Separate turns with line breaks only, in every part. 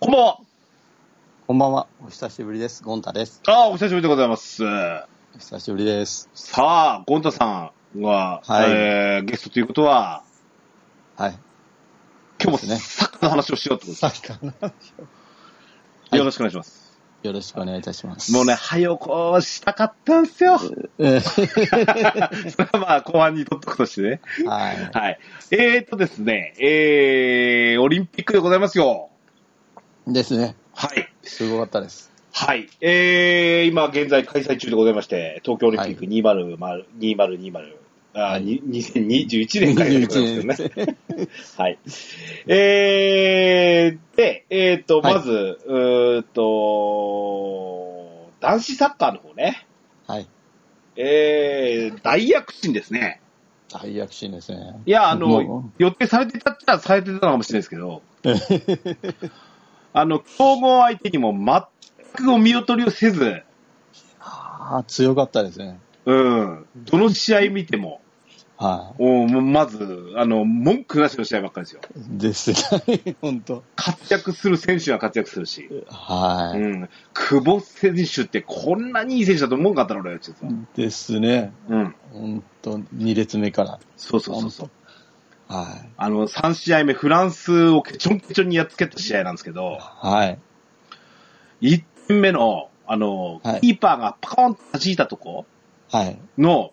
こんばんは。
こんばんは。お久しぶりです。ゴンタです。
ああ、お久しぶりでございます。
お久しぶりです。
さあ、ゴンタさんは、
はい
えー、ゲストということは、
はい。
今日も
そうですね
サッカーの話をしようってことです。
っきの話い
よろしくお願いします。
よろしくお願いいたします。
もうね、。早くこうしたかったんすよ。そ
え
れは まあ、後半に取っとくとしてね。
ー はい。
はい。えーとですね、えー、オリンピックでございますよ。
ですね。
はい。
すごかったです。
はい。えー、今現在開催中でございまして、東京オリンピック2020、2020、あ
は
ー、
い
に2021年開催でございますけどね。
年。
はい。えー、で、えーと、
はい
まず、うーんと、男子サッカーの方ね。
はい。
えー、大躍進ですね。
大躍進ですね。
いや、あ
も
の、予定されてたっちゃされてたのかもしれないですけ ど、あの、競合相手にも全くお見劣りをせず、
ああ、強かったですね。
うん、どの試合見ても、
は
おもうまず、あの、文句なしの試合ばっかりですよ。
い。ですね。本当。
活躍する選手は活躍するし。
は
うん。久保選手ってこんなにいい選手だと思うかったの俺はちょっと。
い。ですね。
うん。
本当、2列目から。
そうそうそうそう。
はい。
あの、3試合目、フランスをケチョンケチョンにやっつけた試合なんですけど、
はい。
1点目の、あの、
はい
キーパーがパコーンと弾いたとこ
はい。
の、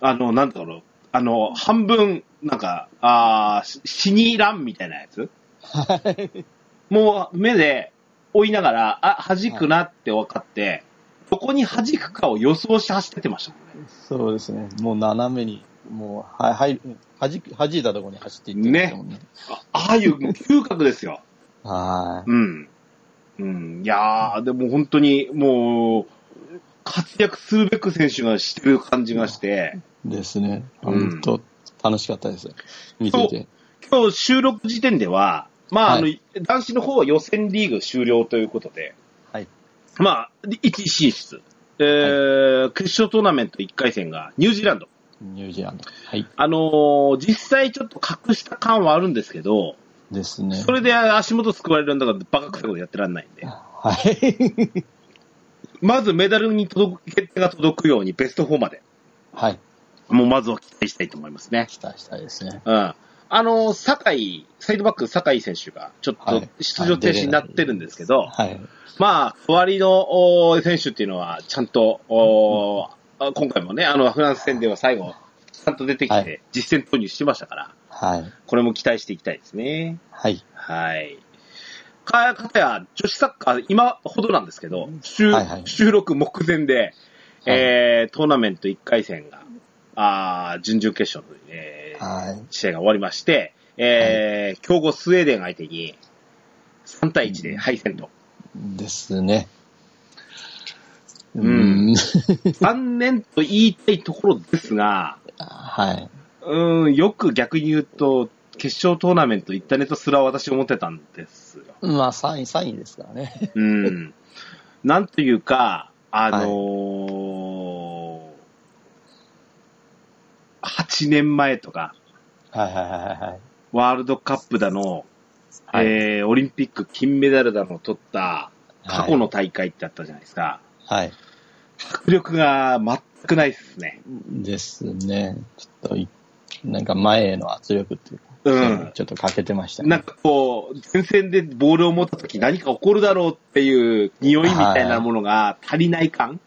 あの、なんだろう、あの、半分、なんか、あーし死にランみたいなやつ
はい。
もう目で追いながら、あ、弾くなって分かって、どこに弾くかを予想して走ってってましたもんね。
そうですね。もう斜めに、もう、は、はい、はじ、はじいたところに走っていってましたもんね。
あああいうもう嗅覚ですよ。
は
うん。うん。いやー、でも本当に、もう、活躍するべく選手がしてる感じがして、
い。ですね。
うん
本当、楽しかったです。見てて。
今日収録時点では、まあ、あの、
は
男子の方は予選リーグ終了ということで、
はい。
まあ、1位進出。えー決勝トーナメント1回戦がニュージーランド。
ニュージーランド。はい。
あのー実際ちょっと隠した感はあるんですけど、
ですね
そ。れで足元すくわれるんだからバカ臭いことやってらんないんで。
はい。
まずメダルに届く、決定が届くようにベスト4まで、
はい。
もうまずは期待したいと思いますね。
期待したいですね。
うん。あの、酒井、サイドバック酒井選手がちょっ
は
と
い
出場停止になってるんですけど、
はい。
まあ、隣のおー選手っていうのはちゃんと、おーあ今回もね、あの、フランス戦では最後、ちゃんと出てき
はい
て実戦投入してましたから、
はい。
これも期待していきたいですね。
はい。はい
い。か、かたや、女子サッカー、今ほどなんですけど、収,、
はいはい
収録目前で、
はい
えー、トーナメント1回戦が、あー準々決勝の、えー
はい
試合が終わりまして、えー強豪スウェーデン相手に、3対1で敗戦と。
ですね。う
うん
ん。
残念と言いたいところですが、
はい。
うーん、よく逆に言うと、決勝トーナメント行ったねとすら私思ってたんですよ。
まあ、3位、3位ですからね。
うん。なんというか、あのー8年前とか、
はいはいは
ワールドカップだの、
はい
えーオリンピック金メダルだの取った
いはい。
過去の大会ってあったじゃないですか。
はい。
迫力が全くないですね。
ですね。ちょっとい、なんか前への圧力っていうか、
うん
ちょっと欠けてましたね。
なんかこう、前線でボールを持った時何か起こるだろうっていう匂いみたいなものが足りない感、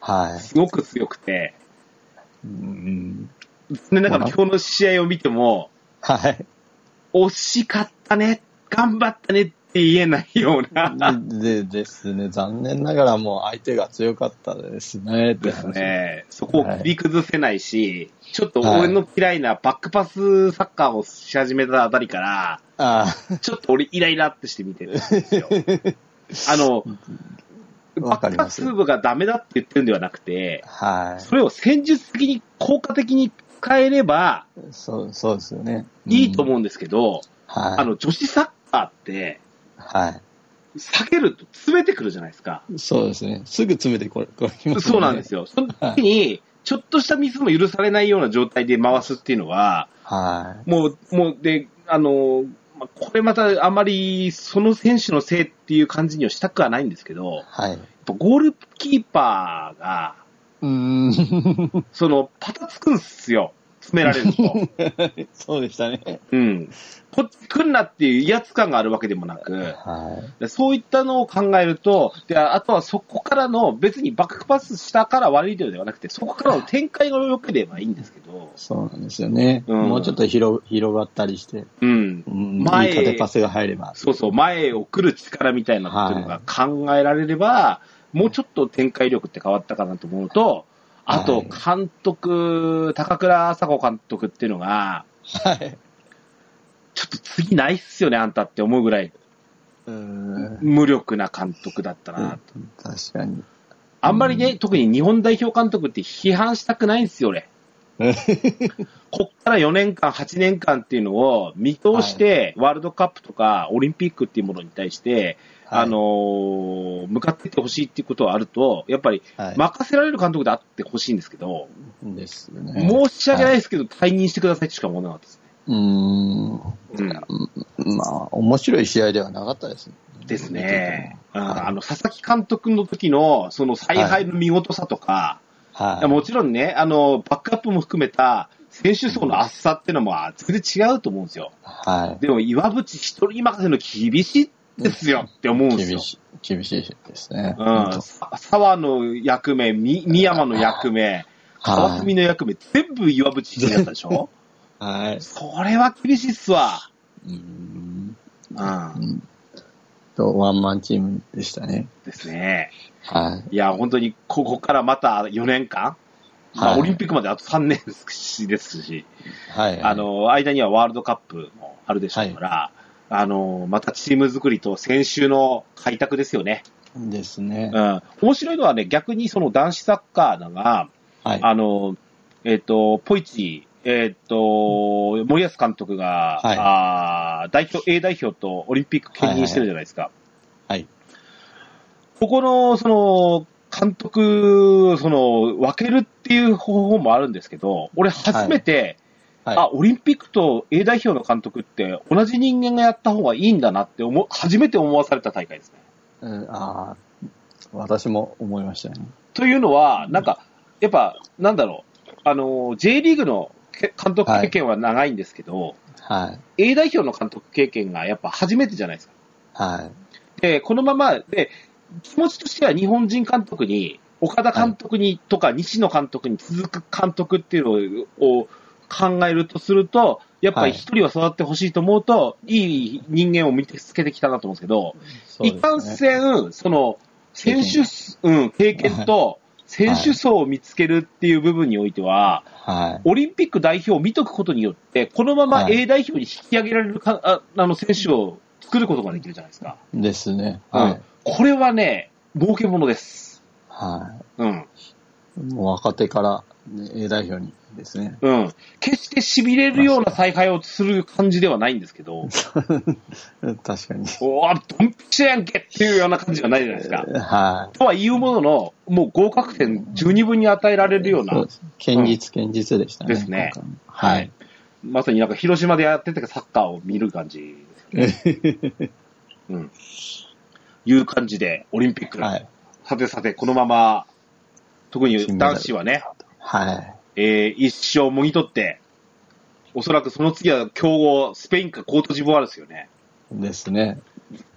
はい。
すごく強くて、
うん。
で、なんか今日の試合を見ても、
はい。
惜しかったね、頑張ったねって言えないような、
で、ですね。残念ながらもう相手が強かったですね。って
です
話。
ね、そこを切り崩せないし、ちょっと俺の嫌いなバックパスサッカーをし始めたあたりから、
あ
ちょっと俺イライラってして見てるんですよ。あの、バ
わ
ッ
か
ク
り
パ
ま
ス
す
部がダメだって言ってるんではなくて
あ、、は
それを戦術的に効果的に使えれば
い。そう、そうですよね。
いいと
うん。
思うんですけど、
はい。
あの女子サッカーって、
は
下げると詰めてくるじゃないですか。
い。そうですね。すぐ詰めてこれ、これきますね
そうなんですよ。その時に、ちょっとしたミスも許されないような状態で回すっていうのは、
は
もう、もう、で、あの、まあこれまたあまりその選手のせいっていう感じにはしたくはないんですけど、やっ
はい。
ぱゴールキーパーが、
うーん。
その、パタつくんすよ。詰められると。
そうでしたね。
うん。こっち来んなっていう威圧感があるわけでもなく、
は
でそういったのを考えると、で、あとはそこからの、別にバックパスしたから悪いのではなくて、そこからの展開が良ければいいんですけど
い。、そうなんですよね。
うん
もうちょっと広広がったりして、
うん
う。ん、
前
いい縦パスが入れば。
そうそう、前を来る力みたいなことが考えられれば、もうちょっと展開力って変わったかなと思うのと、あと、
はい
監督、高倉麻子監督っていうのが、
はい。
ちょっと次ないっすよね、あんたって思うぐらい、
うーん。
無力な監督だったな。
確かに。
あんまりね、特に日本代表監督って批判したくないんですよ、 俺。こっから4年間、8年間っていうのを見通して、ワールドカップとかオリンピックっていうものに対して、あのー向かっていってほしいっていうことはあると、やっぱり
はい、
任せられる監督であってほしいんですけど、
ですよね。
申し訳ない
い。
ですけど、退任してくださいってしか思わなかったです
うーん。
ね。
まあ、面白い試合ではなかったですね。
うん、ですね。うん
はい
あの、佐々木監督の時の、その采配の見事さとか、
はい。
もちろんね、あの、バックアップも含めた、選手層の厚さっていうのもあ全然違うと思うんですよ。
は
でも、岩渕一人任せの厳しいですよって思うん
い。
ですよ
厳。しい、厳しいですね。
うん。さ沢の役目、み、三山の役目、川
は
上
い。
の役目、全部岩渕一人だったでしょ
はい。
それは厳しいっすわ。
うーん。
うん。
と、ワンマンチームでしたね。
ですね。
はい
や、本当に、ここからまた4年間、ま
は
あ、
い
オリンピックまであと3年ですし、
い。はい。
あ、の、間にはワールドカップもあるでしょうから、あの、またチーム作りと先週の開拓ですよね。
ですね
う。ん。面白いのはね、逆にその男子サッカーだが、
はい。
あの、えっ、と、ポイチ、えっ、と、森保監督が、
はい
あー代表、A 代表とオリンピック兼任してるじゃないですか。
はい。
ここの、その、監督、その、分けるっていう方法もあるんですけど、俺初めて、
はい。
あ、オリンピックと A 代表の監督って同じ人間がやった方がいいんだなって思う、初めて思わされた大会ですね。
うんあー私も思いましたね。
というのは、なんか、やっぱ、なんだろう、あの、J リーグのけ監督経験は長いんですけど、
はい。
A 代表の監督経験がやっぱ初めてじゃないですか。
はい。
で、このまま、で、気持ちとしては日本人監督に、岡田監督にとか、西野監督に続く監督っていうのを考えるとすると、やっぱり一人は育ってほしいと思うと、いい人間を見つけてきたなと思うんですけど、
そうですね
いかんせん、その、選手、うん、経験 と、選手層を見つけるっていう部分においては、
は
オリンピック代表を見とくことによって、このまま
はい
A 代表に引き上げられるか、ああの選手を作ることができるじゃないですか。
い。ですね。は
う
い
ん。これはね、儲けものです。
は
うん。
い。もう若手からね A 代表にですね。
うん。決して痺れるような采配をする感じではないんですけ ど、
確かに。
おわ、ドンピシャやんけっていうような感じがないじゃないですか。
は
とは言うものの、もう合格点十二分に与えられ
い。
るような、
そうです堅実、堅実でしたね。
ですね
今回もはい。
まさになんか広島でやってたサッカーを見る感じですよねうん。いう感じで、オリンピック、
はい。
さてさて、このまま、特に男子はね、
はい。
えー一生もぎ取って、おそらくその次は強豪、スペインかコートジボワールですよね。
ですね。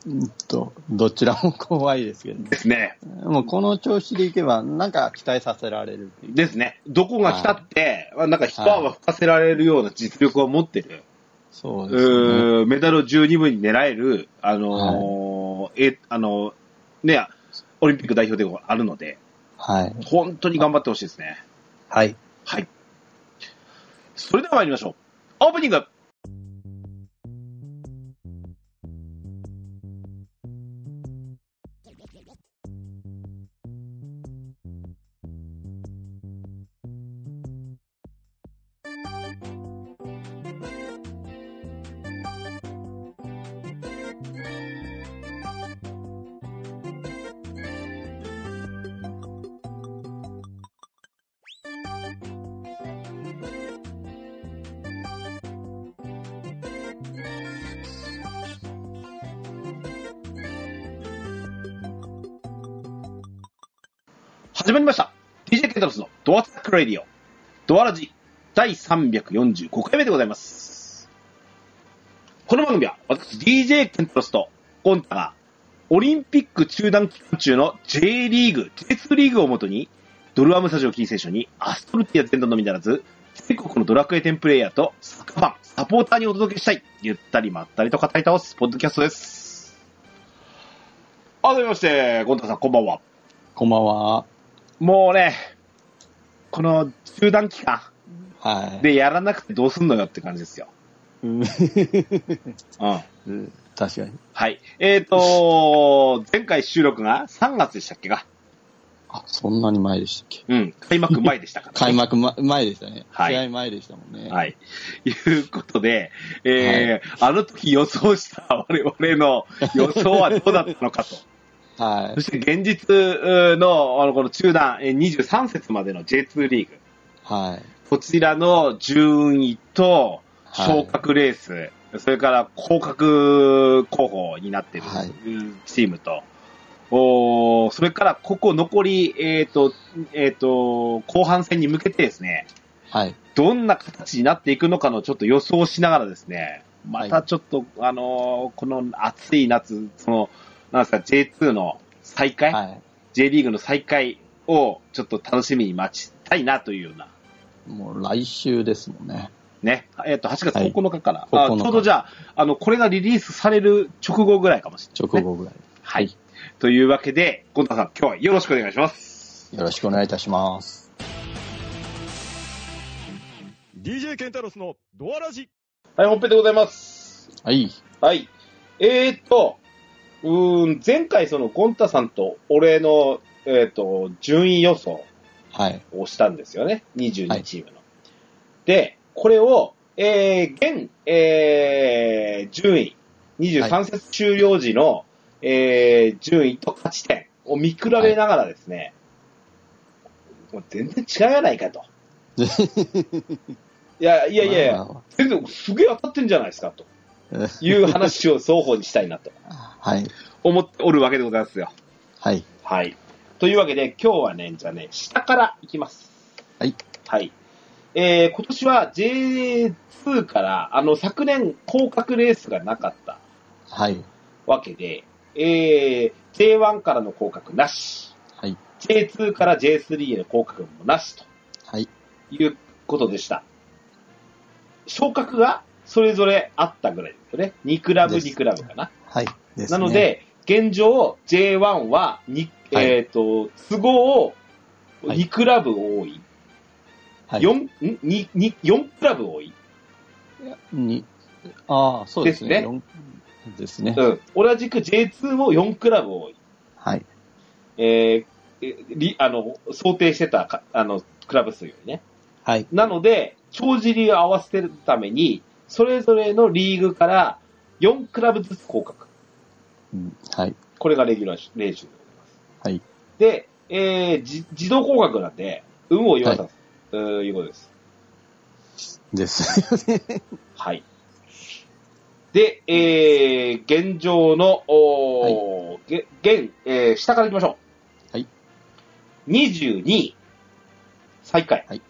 うんと、どちらも怖いですけどね。
ですね。
もうこの調子でいけば、なんか期待させられるっていう。
ですね。どこが来たって、なんか一泡吹かせられるような実力を持ってる、
そうですね。
うーメダルを十二分に狙える、あのーえ、あのーね、オリンピック代表でもあるので、
はい。
本当に頑張ってほしいですね。
はい。
はい。それでは参りましょう。オープニング始まりました。DJ ケンタロスのドアタックラディオ。ドアラジ第345回目でございます。この番組は私 DJ ケンタロスとゴンタがオリンピック中断期間中の J リーグ、J2 リーグをもとにドルアムスタジオ金選手にアストルティア全土のみならず全国のドラクエ10プレイヤーとサッカーファン、サポーターにお届けしたい、ゆったりまったりと語り倒すポッドキャストです。あ改めまして、ゴンタさんこんばんは。
こんばんは。
もうね、この中断期間
はい。
でやらなくてどうすんのよって感じですよ。
うん
うん。
うん 確かに。
はい。えっ、ー、と、前回収録が3月でしたっけか
あ、そんなに前でしたっけ
うん。開幕前でしたから、
開。幕、ま、前でしたね。
はい
試合前でしたもんね。
はい。いうことで、えーあの時予想した我々の予想はどうだったのかと。
は
そして現実のあのこの中断、えー23節までの J2 リーグ。
い。はい。
こちらの順位と
はい
昇格レース、それから降格候補になっている
はい
チームと、おーそれからここ残り、えっ、と、えっ、と、後半戦に向けてですね、
はい。
どんな形になっていくのかのちょっと予想をしながらですね、またちょっと、あのーこの暑い夏、その、なんですか、J2 の再開、
は
J リーグの再開をちょっと楽しみに待ちたいなというような、
い。もう来週ですもんね。
ね、えっ、と、8月9日から、
はい
あ
9
ちょうどじゃあ、あの、これがリリースされる直後ぐらいかもしれ
直
ない、ね。
後ぐらい。
はい。というわけで、ゴンタさん、今日はよろしくお願いします。
よろしくお願いいたします。
DJ ケンタロスのドアラジ
はい、本編でございます。
はい。
はい。えー、っと、うーん、前回そのゴンタさんと俺の、えーっと、順位予想
はい。
をしたんですよね。22チームの。で、これを、えー、現、えー、順位、23節終了時の、えー、順位と勝ち点を見比べながらですね、もう全然違いがないかと。いや、いやいやいや、
ま
全然すげえ当たってんじゃないですかと
あまあ
いう話を双方にしたいなと
はい。
思っておるわけでございますよ。
はい。
はい。というわけで、今日はね、じゃあね、下からいきます。
はい。
はい。えー、今年は J2 から、あの、昨年、降格レースがなかった
はい。
わけで、えー、J1 からの降格なし、
はい。
J2 から J3 への降格もなしと
はい。
いうことでした。昇格がそれぞれあったぐらいですよね。2クラブ、
です
2クラブかな。
はい。です
な
ね
の、で、現状、J1 はに、
はい
えっ、と、都合を
はい
2クラブ多い。
はい
四んにに4クラブ多い。
に、ああ、そうですね。
です
四ですね。
うん。同じく J2 も4クラブ多い。
はい。
えーえりあの、想定してたか、あの、クラブ数よりね。
はい。
なので、帳尻を合わせるために、それぞれのリーグから4クラブずつ降格。
うんはい。
これがレギュラー練習でございます。
はい。
で、えー、じ自動降格なんで、運を要さず、ということです。
ですよね。
はい。で、えー、現状の、おーげ現、えー、下からいきましょう。
はい。
22位、最下位。
はい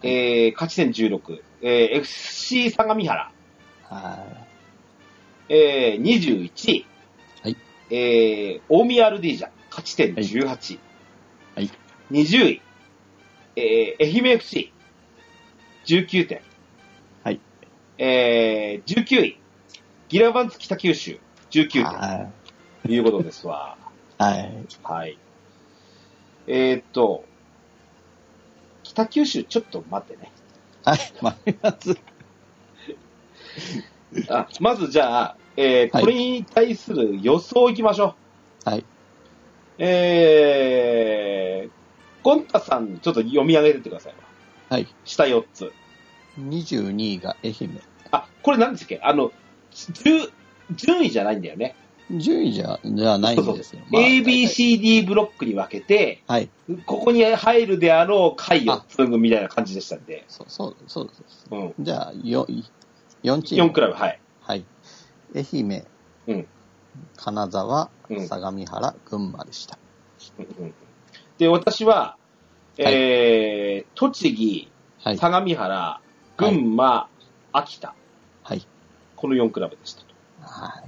えー、勝ち点16、えー、FC 相模原、
は
えー、21位。
はい。
えー、大宮アルディージャ、勝ち点18。
はい。
20位。えー、愛媛 FC、19点。
はい。
えー、19位。ギラバンツ北九州、19
い。
点。
は
ということですわ。
い。はい。
はい。えー、っと、北九州、ちょっと待ってね。
はい。マイナス。
あ、まずじゃあ、えー、
はい
これに対する予想いきましょう。
はい。
えー、ゴンタさん、ちょっと読み上げてってください。
はい。
下4つ。
22位が愛媛。
あ、これ何ですっけあの、順順位じゃないんだよね。
10位じゃじゃないんですよ。まあ
A, B, C, D ブロックに分けて、
はい。
ここに入るであろう回を積むみたいな感じでしたんで。
そう、そう、そうです。
うん。
じゃあ、よ4チー
4
ム。
クラブ、はい。
はい。愛媛、
うん
金沢
う、ん
相模原、群馬でした。
うんうんで、私は、
はい
えー、栃木、
はい。
相模原、群馬、秋田、
はい。
この4クラブでしたと。
は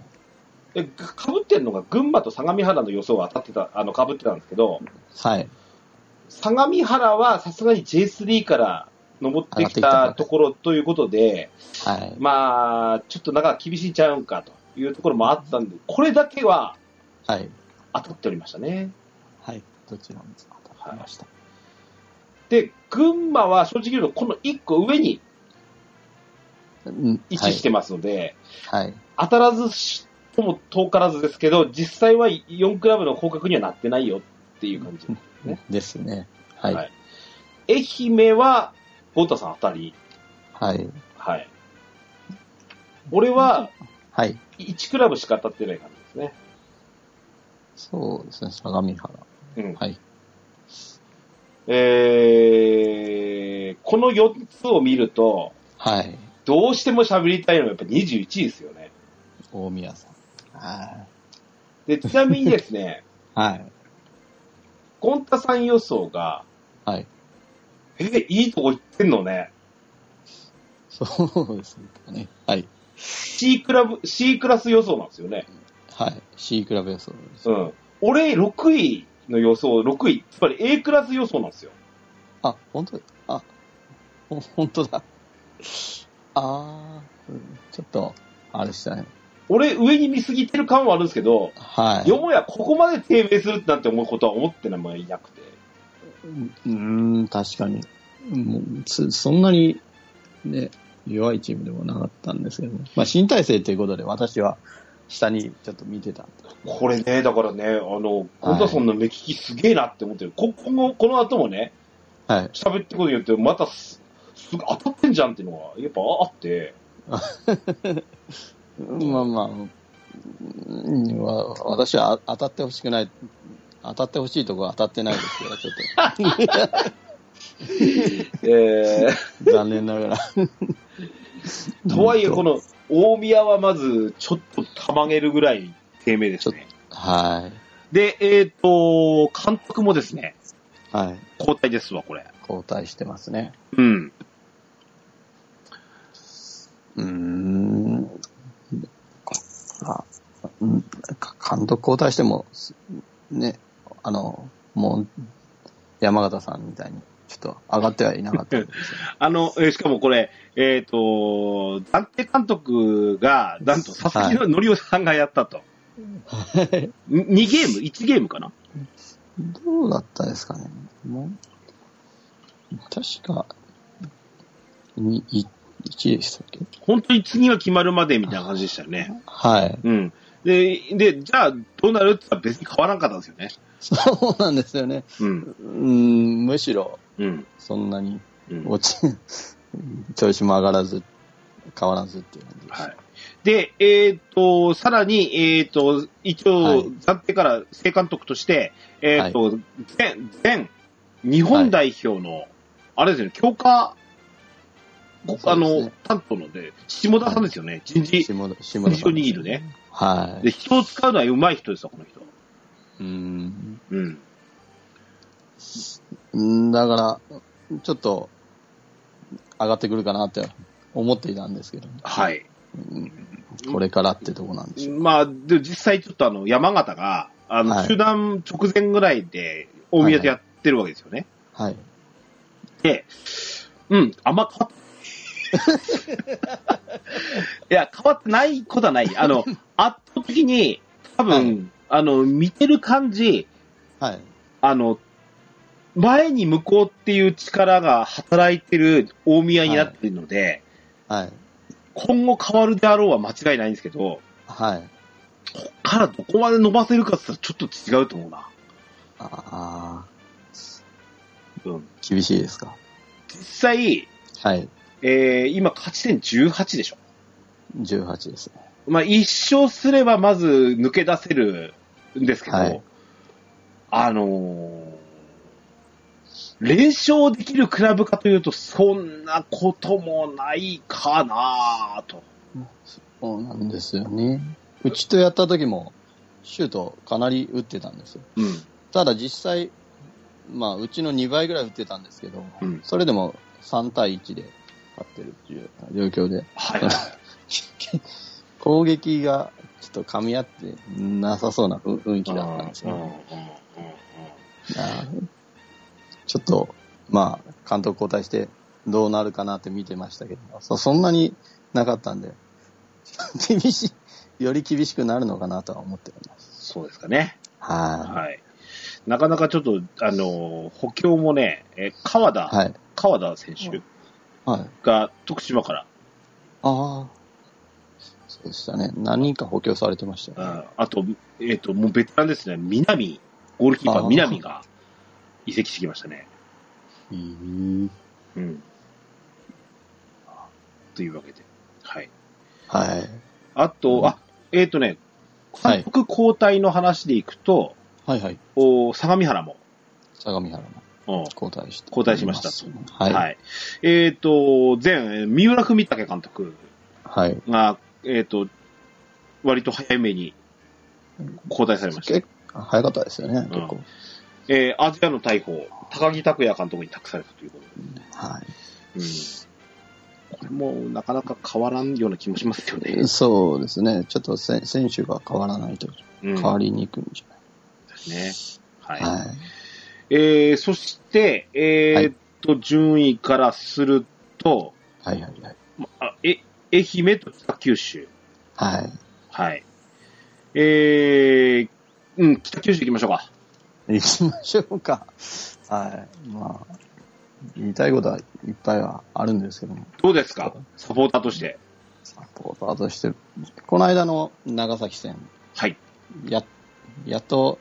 で、かぶってるのが群馬と相模原の予想が当たってた、あの、かぶってたんですけど、
い。はい。
相模原はさすがに J3 から登ってきたところということで、
はい。
まあ、ちょっとなんか厳しいんちゃうんかというところもあったんで、これだけは
はい。
当たっておりましたね。
はい。どちらも使ってきました。
で、群馬は正直言うとこの1個上に
うん
位置してますので、
はい。
当たらずしとも遠からずですけど、実際は4クラブの降格にはなってないよっていう感じ。
はい。ですね。はい。
は
はい
愛媛は、ゴータさん当たり。
い。
はい。俺は
はい。
1クラブしか当たってない感じですね。
そうですね。相模原。
うん。
はい。
えー、この4つを見ると、
はい。
どうしても喋りたいのはやっぱ21位ですよね。
大宮さん。は
で、ちなみにです ね、
い。はい。
ゴンタさん予想が、
はい。
えー、いいとこ行ってんのね。
そうですね。はい。
C クラブ、C クラス予想なんですよね。
はい。C クラブ予想です。
うん。俺、6位の予想、6位、つまり A クラス予想なんですよ。
あ、本当だあ、ほ本当だ。あー、うんちょっと、あれしたね。
俺、上に見すぎてる感はあるんですけど、
はい。
よもやここまで低迷するってなんて思うことは思ってないもんいなくて。
うんうーん、確かに。もうつそんなに、ね、弱いチームでもなかったんですけど、まあ、新体制ということで、私は下にちょっと見てた。
これね、だからね、あの、ゴンタソンの目利きすげえなって思ってる。こ今後、この後もね、
はい。
喋ってことによって、またす、すぐ当たってんじゃんっていうのが、やっぱあって、
まあまあ、うんわ私はあ当たってほしくない、当たってほしいとこは当たってないですけど、ちょっ
えー、
と残念ながら。
とはいえ、
うん
この大宮はまず、ちょっとたまげるぐらい低迷ですね。
はい。
で、えっ、と、監督もですね、
はい。
交代ですわ、これ。
交代してますね。
うん。
うーん。あうんか監督交代しても、すね、あの、もう、山形さんみたいに、ちょっと上がってはいな かったです
あの、えーしかもこれ、えっ、と、暫定監督が、なんと、佐々木ののりおさんがやったと。
よ。
に2ゲーム ?1 ゲームかな
どうだったですかね。もう、確か、に、い、1位でしたっけ
本当に次が決まるまでみたいな感じでしたよね。
はい。
うん。で、で、じゃあ、どうなるって言ったら別に変わらんかったんですよね。
そうなんですよね。
うん。
うん、むしろ、
うん。
そんなに
うん
落ち、 調子も上がらず、変わらずっていう感じです。
はい。で、えっ、と、さらに、えっ、と、一
は
応
い、
暫定から正監督として、えっ、と、全、全、日本代表の、あれですね、強化、ご
そ
あ
うですね
の、担当ので、下田さんですよね。人事、
下田、下
人
田
事
さ
を
ん。
握るね。
は
で、人を使うのは上手い人ですよ、この人。
い。うん。
うん。
うんだから、ちょっと、上がってくるかなって思っていたんですけど、
はい。
うんこれからってとこなんでしょう。
まあ、で実際ちょっとあの、山形が、あの、
はい
中断直前ぐらいで、大宮とやってるわけですよね。
はい。
で、うん、あんま変わ って、いや、変わってないことはない。あ の、圧倒的に、多分、
はい
あの、見てる感じ、
はい。
あの、前に向こうっていう力が働いてる大宮になってるので、
はい。
今後変わるであろうは間違いないんですけど、
はい。
こっからどこまで伸ばせるかって言ったらちょっと違うと思うな。
ああ、
うん。
厳しいですか。
実際、
はい。
えー今勝ち点18でしょ。
18ですね。
まあ、一勝すればまず抜け出せるんですけど、
はい
あのー連勝できるクラブかというと、そんなこともないかなと。
そうなんですよね。うちとやった時も、シュートかなり打ってたんですよ。
うん。
ただ実際、まあ、うちの2倍ぐらい打ってたんですけど、
うん
それでも3対1で勝ってるっていう状況で、
はい。
攻撃がちょっと噛み合ってなさ そうな雰囲気だったんですよ、
うんうんうん
あーちょっと、まあ、監督交代してどうなるかなって見てましたけど、そそんなになかったんで、 厳しい、より厳しくなるのかなとは思ってます。
そうですかね。
は
はい。なかなかちょっと、あの、補強もね、え川
い。
田、
はい。
川田選手
はい。
が徳島から、
ああ。そうでしたね。何人か補強されてましたよね。
ああと、えっ、と、もうベテランですね、南、ゴールキーパ
あ
ー
ー
南が移籍してきましたね。
うん。
うん。というわけで。はい。
はい。
あと、
うん
あ、えっ、とね、
は
監
い
督交代の話でいくと、
はいはい。
お相模原も、
相模原
う
も
ん
交代して。
交代しました
いますはい。
は
はい。
い。えっ、と、前、三浦文武監督
はい、
が、えっ、と、割と早めに交代されました。
結構早かったですよね、結構。
えーアジアの大砲、高木拓也監督に託されたということで。
はい。
うんこれもなかなか変わらんような気もしますよね。
そうですね。ちょっとせ選手が変わらないと
うん、
変わりにくいんじ
ですね。
ゃ
は。
ないい、はい、
えー、そして、えーっと、順位からすると、
はいはいはい。
まあえ、愛媛と北九州。
はい。
はい。えー、うん、北九州行きましょうか。
行きましょうか。はい。まあ、言いたいことはいっぱいはあるんですけども、
どうですかサポーターとして。
サポーターとして、この間の長崎戦、
はい。
や、やっと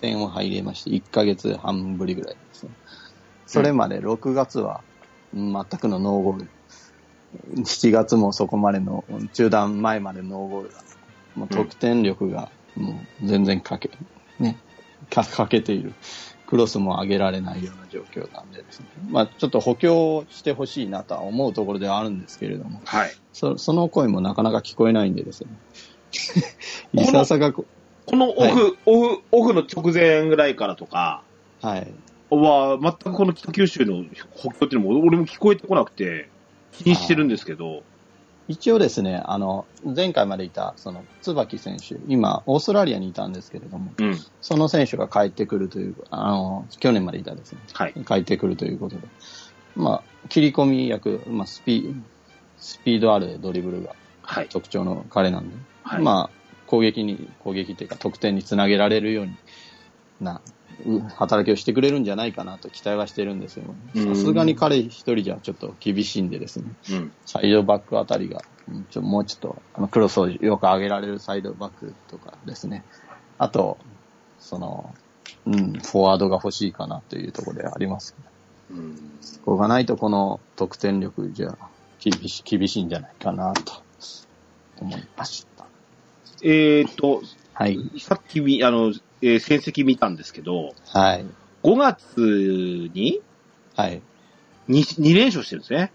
点を入れまして、1ヶ月半ぶりぐらいですね。それまで6月は全くのノーゴール。7月もそこまでの、中断前までノーゴールだった。もう得点力がもう全然かけ、ね、か欠けている。クロスも上げられないような状況なんでですね。まあちょっと補強してほしいなとは思うところではあるんですけれども、
はい。
そその声もなかなか聞こえないんでですね。
の
いささかこ、
このオフ、オフ、オフの直前ぐらいからとか、
はい。
は、全くこの北九州の補強っていうのも、俺も聞こえてこなくて、気にしてるんですけど、
一応ですね、あの、前回までいた、その、椿選手、今、オーストラリアにいたんですけれども、
うん。
その選手が帰ってくるという、あの、去年までいたですね、
はい。
帰ってくるということで、まあ、切り込み役、まあ、スピ、スピードあるドリブルが
はい。
特徴の彼なんで、
はい。
まあ、攻撃に、攻撃っていうか、得点につなげられるようにな、う働きをしてくれるんじゃないかなと期待はしてるんですよ。
うん
さすがに彼一人じゃちょっと厳しいんでですね。
うん。
サイドバックあたりが、うんちょもうちょっとあのクロスをよく上げられるサイドバックとかですね。あと、その、うん、フォワードが欲しいかなというところではあります。
うん。
そこがないとこの得点力じゃ厳し厳しいんじゃないかなと思いました。
えーっと、
はい。
さっきみ、あの、えー戦績見たんですけど、
はい。
5月に
はい。
2, 2連勝してるんですね。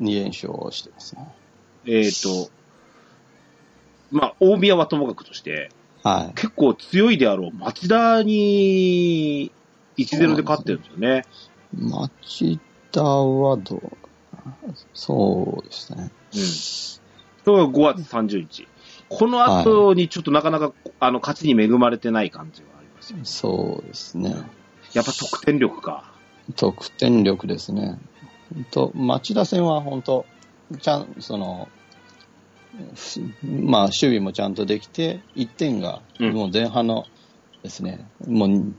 2連勝をしてますね。
えーっと、まあ、大宮はともかくとして、
はい。
結構強いであろう町田に1-0で勝ってるんですよね。
町田はどうそうでしたね。
うん。それが5月30日。この後にちょっとなかなか、あの、勝ちに恵まれてない感じはありますよ。
そうですね。
やっぱ得点力か。
得点力ですね。ほんと町田戦は本当、ちゃん、その、ふまあ、守備もちゃんとできて、1点が、
うん
もう前半のですね、もう、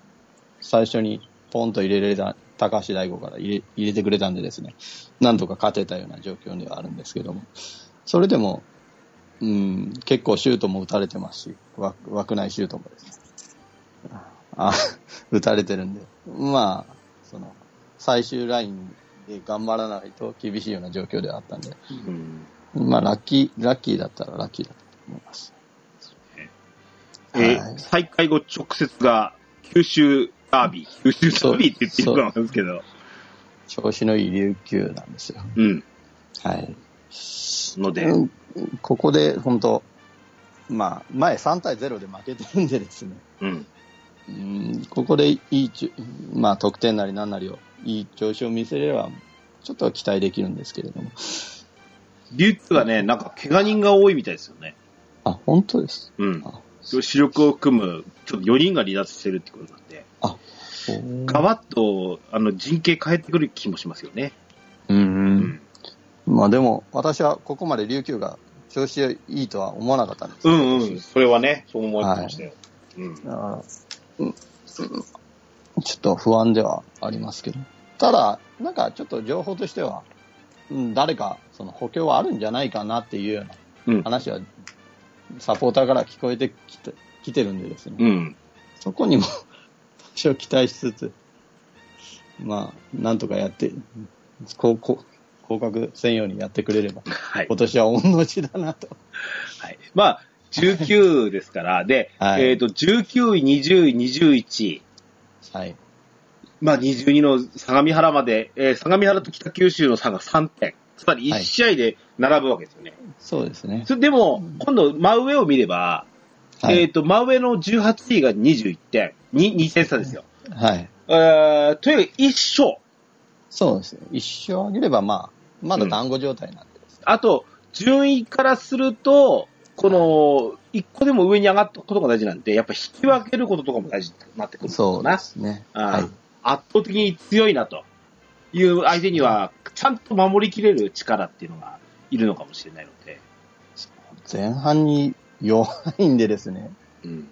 最初にポンと入れられた、高橋大吾から入れ入れてくれたんでですね、なんとか勝てたような状況ではあるんですけども、それでも、うん、結構シュートも打たれてますし、わ枠内シュートもですね、あ打たれてるんで、まあ、その、最終ラインで頑張らないと厳しいような状況ではあったんで、
うん。
まあ、ラッキー、ラッキーだったらラッキーだと思います。
えー
はい
再開後直接が九州ダービー。九州ダービーって言っていいのかわかんないですけど。
調子のいい琉球なんですよ。
うん。
はい。
ので、
うんここで、本当まあ、前3対0で負けてるんでですね、
うん。
うんここでいいちゅ、まあ、得点なりなんなりを、いい調子を見せれば、ちょっと期待できるんですけれども。
リュッツがね、なんか怪我人が多いみたいですよね。
あ、本当です。
うん
あ。
主力を組む、ちょっと4人が離脱してるってことなんで、ガバッと、あの、陣形変えてくる気もしますよね。
うん
う
うん。。まあでも、私はここまで琉球が調子いいとは思わなかったんです。
うんうん。それはね、そう思いましたよ。うん。
だから、うんうんちょっと不安ではありますけど。ただ、なんかちょっと情報としては、うん、誰かその補強はあるんじゃないかなっていうよう
うん
な話は、サポーターから聞こえてきてきてるんでですね、
うん。
そこにも多少期待しつつ、まあ、なんとかやって、こうこう降格せんようにやってくれれば、
はい
今。年は御の字だなと。
はい。まあ、19ですから、で、
はい
えっ、と、19位、20位、21位、
はい。
まあ、22の相模原まで、えー相模原と北九州の差が3点。つまり1
はい
試合で並ぶわけですよね。
そうですね。
それでも、今度、真上を見れば、
は
えっ、
い。
と、真上の18位が21点、2, 2点差ですよ。
はい。
えー、とにかく1勝。
そうですね。一生あげれば、まあ、まだ団子状態なんでですね、
あと、順位からすると、この、1個でも上に上がったことが大事なんで、やっぱ引き分けることとかも大事になってくるんだろ
そう
な。
ですね。
あ
は
ー
い。
圧倒的に強いなという相手には、ちゃんと守りきれる力っていうのがいるのかもしれないので、
前半に弱いんでですね。
うん、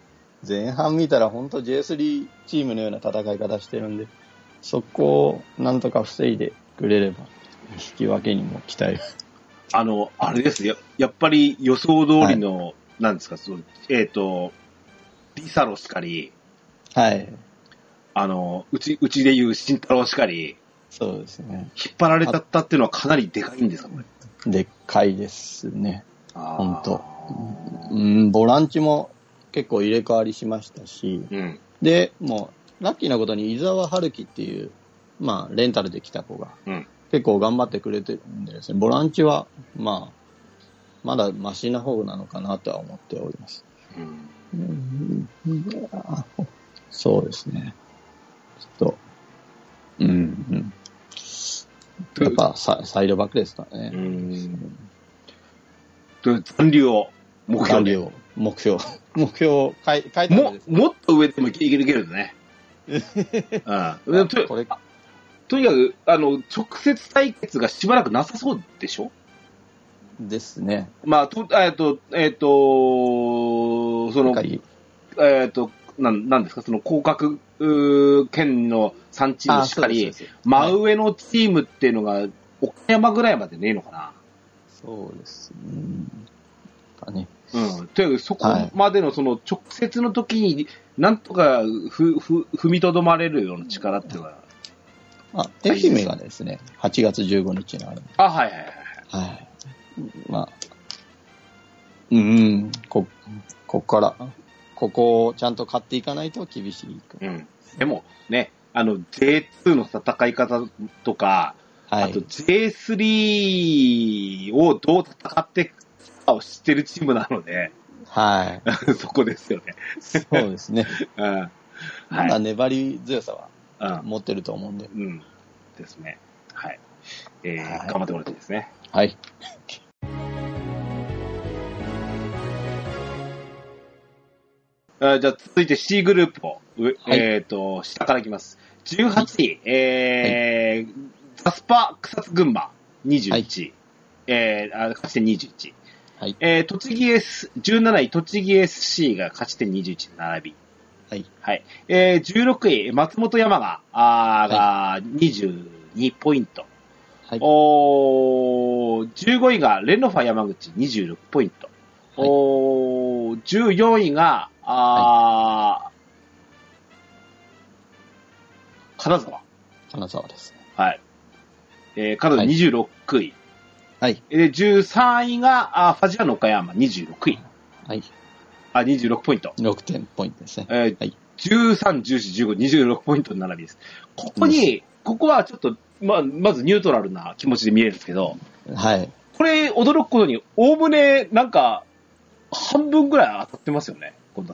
前半見たら本当 J3 チームのような戦い方してるんで、そこをなんとか防いでくれれば、引き分けにも期待。
あの、あれですよ、やっぱり予想通りの、なんですか、そのえっ、と、ピサロしかり、
はい。
あの、うち、うちでいう慎太郎しかり、
そうですね。
引っ張られたったっていうのはかなりでかいんですか、これ。
でっかいですね。本当
あー
うん、ボランチも結構入れ替わりしましたし、
うん。
で、もう、ラッキーなことに伊沢春樹っていう、まあ、レンタルで来た子が、
うん
結構頑張ってくれてるんでですね、ボランチは、まあ、まだマシな方なのかなとは思っております。
うん。
そうですね。ちょっと、うん、うん。やっぱサ、サイドバックですから
う
ね。
ん。と残留を目標
流
に。
を、目標、 目標を変え、変えたん
も
です、
もっと上でもいけるけどね。うん、と
これ、
とにかくあの、直接対決がしばらくなさそうでしょ、
ですね。
まあ、とえっと、えっと、その、
なんか
えっとなん、なんですか、その降格うー圏の3チームしか
あそうで
り
す、そうです
真上のチームっていうのが、岡山ぐらいまでねえのかな。
そうです。うん。かね。
うん、とにかくそこ
はい
までのその直接の時に、なんとかふふ踏みとどまれるような力っていうのは、
まあ、愛媛がですね、8月15日にある。
あ、はいはいはい。
はい。まあ、うん、こ、ここから、ここをちゃんと買っていかないと厳しいか。
うん、でもね、あの J2 の戦い方とか、
は
あと
い。
J3 をどう戦っていくかを知ってるチームなので、
はい。
そこですよね。
そうです ね。
うん。
まだ
はい。
粘り強さは
うん
持ってると思うんで。
うん。ですね。はい。えー
はい
頑張ってもらいたいですね。
はい。
あじゃあ続いて C グループを、う
はい
えっ、と、下からいきます。18位、えーザスパ草津群馬21、
はい
えーあ勝ち点21。
はい。
えー栃木 S、17位、栃木 SC が勝ち点21並び。
はい。
はい。えー16位、松本山が、あーが22ポイント。
はい。
おー15位がレノファ山口26ポイント。
はい
おー14位が、あー金沢。
金沢ですね。
はい。えー、金沢
はい
26位。
はい。
で、13位が、あーファジアの岡山26位。
はい。
あ、26ポイント。
6点ポイントですね。
えー
はい
13、14、15、26ポイントの並びです。ここに、ここはちょっと、ま、まずニュートラルな気持ちで見れるんですけど、
はい。
これ、驚くことに、おおむね、なんか、半分ぐらい当たってますよね、近田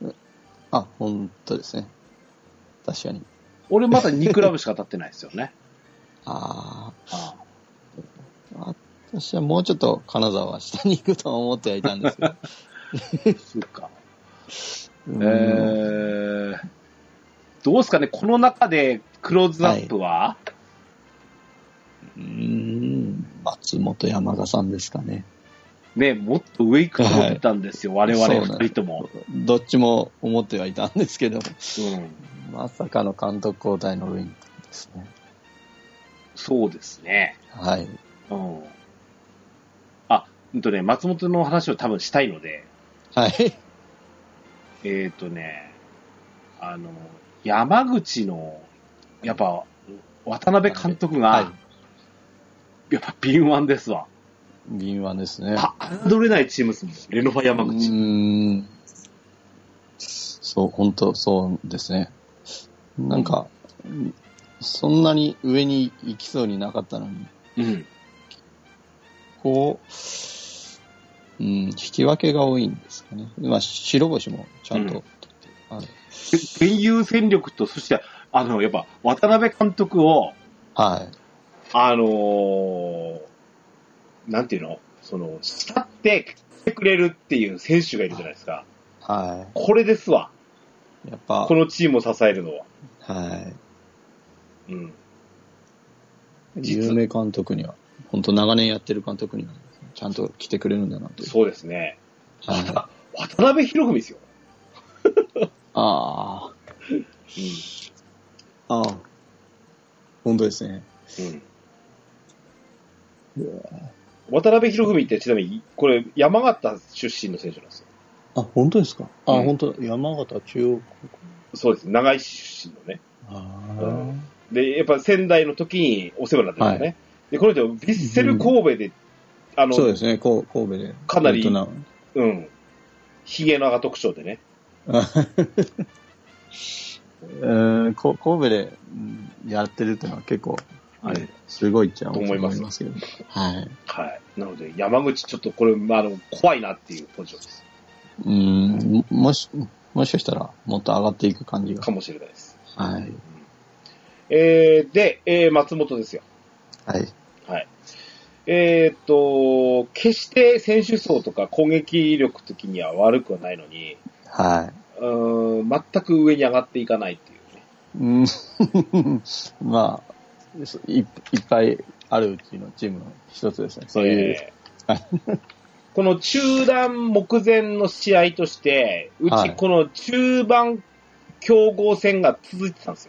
さん。
あ、本当ですね。確かに。
俺まだ2クラブしか立ってないですよね。
ああ。私はもうちょっと金沢は下に行くとは思ってはいたん ですけど。
そうか。え
うん
ー、どうですかね、この中でクローズアップは、
うん。松本山賀さんですかね。
ね、もっと上行くと思ってたんですよ、
い
我々二人とも。
どっちも思ってはいたんですけど、
うん、
まさかの監督交代の上にですね。
そうですね。
はい。
うん。あ、うんとね、松本の話を多分したいので、
はい。
えっ、とね、あの、山口の、やっぱ、渡辺監督が、
はい
やっぱ敏腕ですわ。
敏腕ですね。
あ、侮れないチームですもん。レノファ山
う
口。
ーん。そう、本当そうですね。なんか、そんなに上に行きそうになかったのに、
うん。
こう、うん、引き分けが多いんですかね。まあ、白星もちゃん
う
と
ん
取って、ある
現有戦力と、そして、あの、やっぱ、渡辺監督を、
はい。
あのーなんていうのその、慕って来てくれるっていう選手がいるじゃないですか。
は
これですわ。
い。やっぱ、
このチームを支えるのは。
は
うん。
い。
実は
有名監督には、本当長年やってる監督には、ちゃんと来てくれるんだなという。
そうですね。
はい
渡渡辺博文ですよ。
ああ、
う
ああ。本当ですね。
ん。渡辺博文ってちなみに、これ山形出身の選手なんですよ。
あ、本当ですかあ、
うん
本当山形中央
そうです。長井市出身のね。
あ
で、やっぱ仙台の時にお世話になってるんですね。で、この人、ヴィッセル神戸で、あ
あ
の、
そうですね、こう神戸で。
かなり
えっとな
うん。ヒゲのが特徴でね。
あ うんこ神戸でうんやってるってのは結構、あれ、すごいっちゃ
と思います
けど。はい。
はい。なので、山口ちょっとこれ、まあ、あの、怖いなっていうポジションです。
うん、ももし、もしかしたら、もっと上がっていく感じが
か。もしれないです。
はい。
えー、で、えー、松本ですよ。
はい。
はい。えーっと、決して選手層とか攻撃力的には悪くはないのに、
は
うーん、全く上に上がっていかないっていうね。
い。うん、 まあ、そいいっぱいあるうちのチームの一つですね。そういう。
えーこの中断目前の試合として、う
は
ち
い
この中盤強豪戦が続いてたんです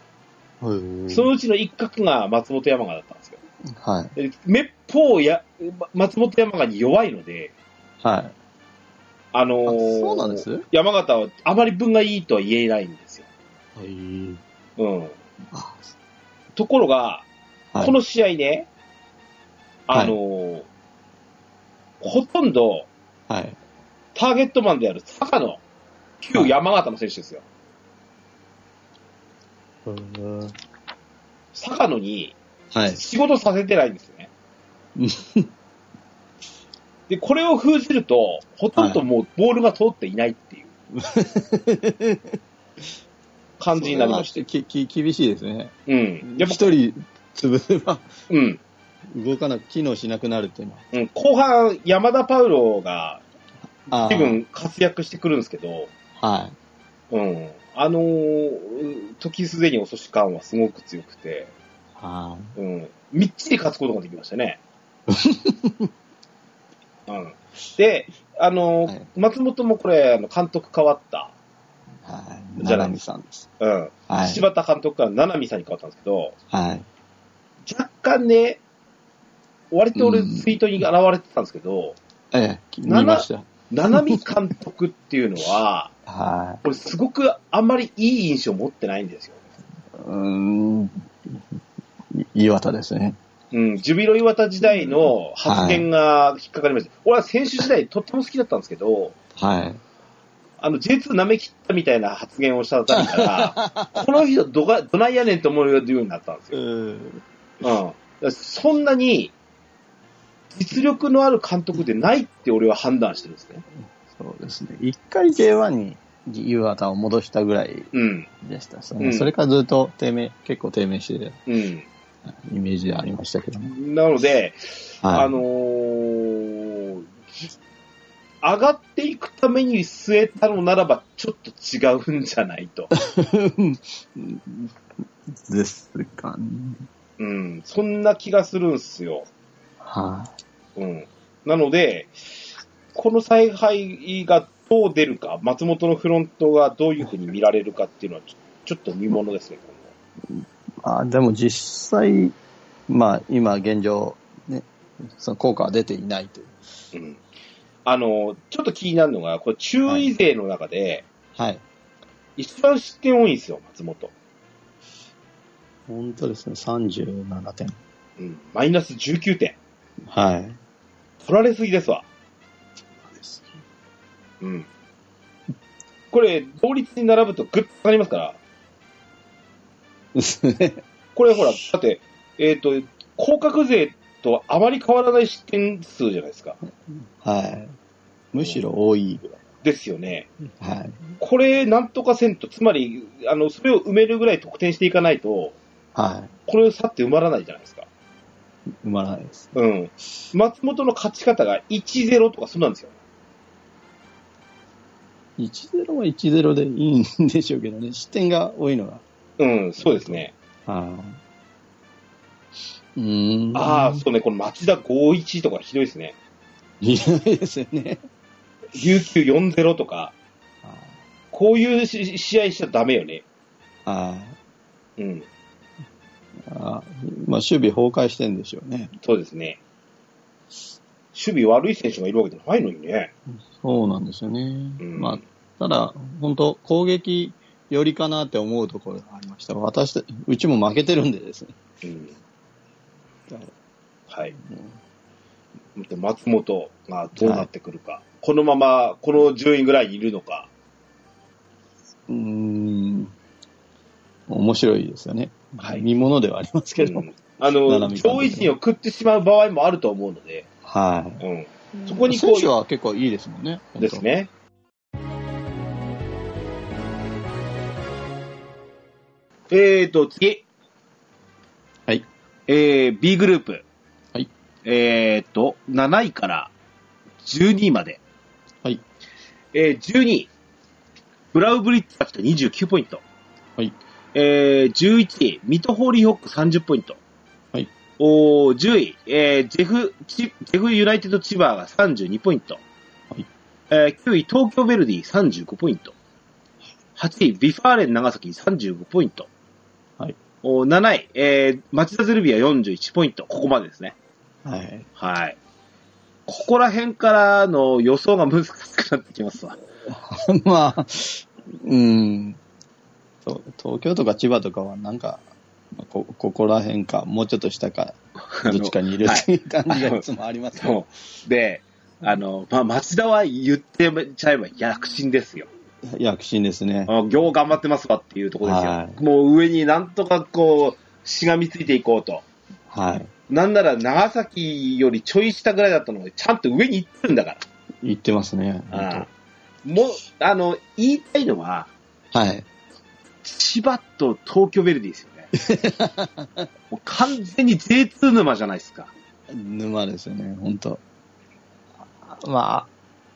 よ。
へえ
そのうちの一角が松本山雅だったんですよ。
はい。
でめっぽうや、ま松本山雅に弱いので、
はい。
あのー
あそうなんです
山形はあまり分がいいとは言えないんですよ。
はい。
うん。
あ
ところが、
はい
この試合ね、
はい
あのーほとんど
はい。
ターゲットマンである坂野、旧山形の選手ですよ。坂野に
はい。
仕事させてないんですよね。で、これを封じると、ほとんどもうボールが通っていないっていう感じになりまし
して。き、き、厳しいですね。
た。うん。やっぱ、
一人潰れば
うん。
動かなく、機能しなくなるっていうのは。
うん、後半、山田パウロが
あ
気分活躍してくるんですけど、
は
うん。あのー時すでに遅し感はすごく強くて、
い。は
うん。みっちり勝つことができました ね。うん。で、あのー
はい
松本もこれ、あの監督変わった、
い。はい。
じゃない
七海さんです。
うん。
はい。
柴田監督から七海さんに変わったんですけど、
はい。
若干ね、割と俺ツイートに現れてたんですけど、
ええ、見ました。
七海監督っていうのは、
は
これすごくあんまりいい印象持ってないんですよ。
い。うーん。い岩田ですね。
うん、ジュビロ磐田時代の発言が引っかかりました。俺は選手時代とっても好きだったんですけ ど、
はい。
あの J2 舐め切ったみたいな発言をしたあたりから、 この人どがどないやねんと思うようになったんですよ。
うん。
うん、だからそんなに実力のある監督でないって俺は判断してるんですね。
そうですね。一回 J1 に夕方を戻したぐらい
うん。
でした。そ,、
うん
れからずっと低迷、結構低迷してる
うん。
イメージはありましたけどね。
なので、
はい
あのー上がっていくために据えたのならば、ちょっと違うんじゃないと。
ですかね。
うん。そんな気がするんすよ。
は
うん。なので、この采配がどう出るか、松本のフロントがどういうふうに見られるかっていうのはちょ、ちょっと見ものですね、
い、あでも実際、まあ今現状、ね、その効果は出ていないという。
今後。うん。あの、ちょっと気になるのが、これ注意税の中で、
はい。
一番失点多いんですよ、松本。
本当ですね、37点。
うん。マイナス19点。
はい。
取られすぎですわ。うん。これ、同率に並ぶとグッと下がりますから、
ですね。
これほら、だって、えっ、と、降格税とあまり変わらない失点数じゃないですか。
はい。むしろ多いぐ
ですよね。
らい。はい。
これ、なんとかせんと、つまり、あの、それを埋めるぐらい得点していかないと、
は
これを去って埋まらないじゃないですか。
い。埋まらないです。
うん。松本の勝ち方が1-0とかそうなんですよ。
1-0は1-0でいいんでしょうけどね、失点が多いのが。
うん、そうですね。
あうーん。
ああ、そうね、この町田5-1とかひどいですね。
いないですよね。
琉球4-0とか、
あ
こういうし試合しちゃダメよね。
あ
うん、
ああまあ、守備崩壊してんでしょうね。
そうですね。守備悪い選手がいるわけじゃないのにね。
そうなんですよね。
うん、
まあ、ただ、本当攻撃よりかなって思うところがありました。私た、うちも負けてるんでですね。
うん、
だか
はい。
ら
で松本がどうなってくるか、このままこの順位ぐらいにいるのか、
うーん、面白いですよね。
はい
見物ではありますけど。
うんあ
斜
の
めから
上位陣を食ってしまう場合もあると思うので、
は
うん、
い。
そこにこ
選
う
手は結構いいですもんね。
ですね。えーと、次。
はい。
えー、B グループ。
はい。
えーと、7位から12位まで。
はい。
えー、12位。ブラウブリッツが来た29ポイント。
はい。
えー、11位。ミトホーリーホック30ポイント。
はい。
おー10位。えー、ジェフ、チジェフユナイテッド千葉が32ポイント。えー9位、東京ヴェルディ35ポイント。8位、ビファーレン長崎35ポイント。
はい
お7位、えー、町田ゼルビア41ポイント。ここまでですね。
はい。はい。
はい。ここら辺からの予想が難しくなってきますわ。
まあ、うん。と東京とか千葉とかはなんか、まあこここら辺か、もうちょっと下か、どっちかにいるっていう感じがいつもありますけど。
そう。で、あの、まあ、町田は言ってちゃえば躍進ですよ。
躍進ですね。
あ行頑張ってますわっていうところですよ。
は
もう上になんとかこう、しがみついていこうと。
はい。
なんなら長崎よりちょい下ぐらいだったので、ちゃんと上に行ってるんだから。
言ってますね。
あ
本
もう、あの、言いたいのは、
当はい。
千葉と東京ヴェルディですよね。 もう完全に J2 沼じゃないですか。
沼ですよね、本当ま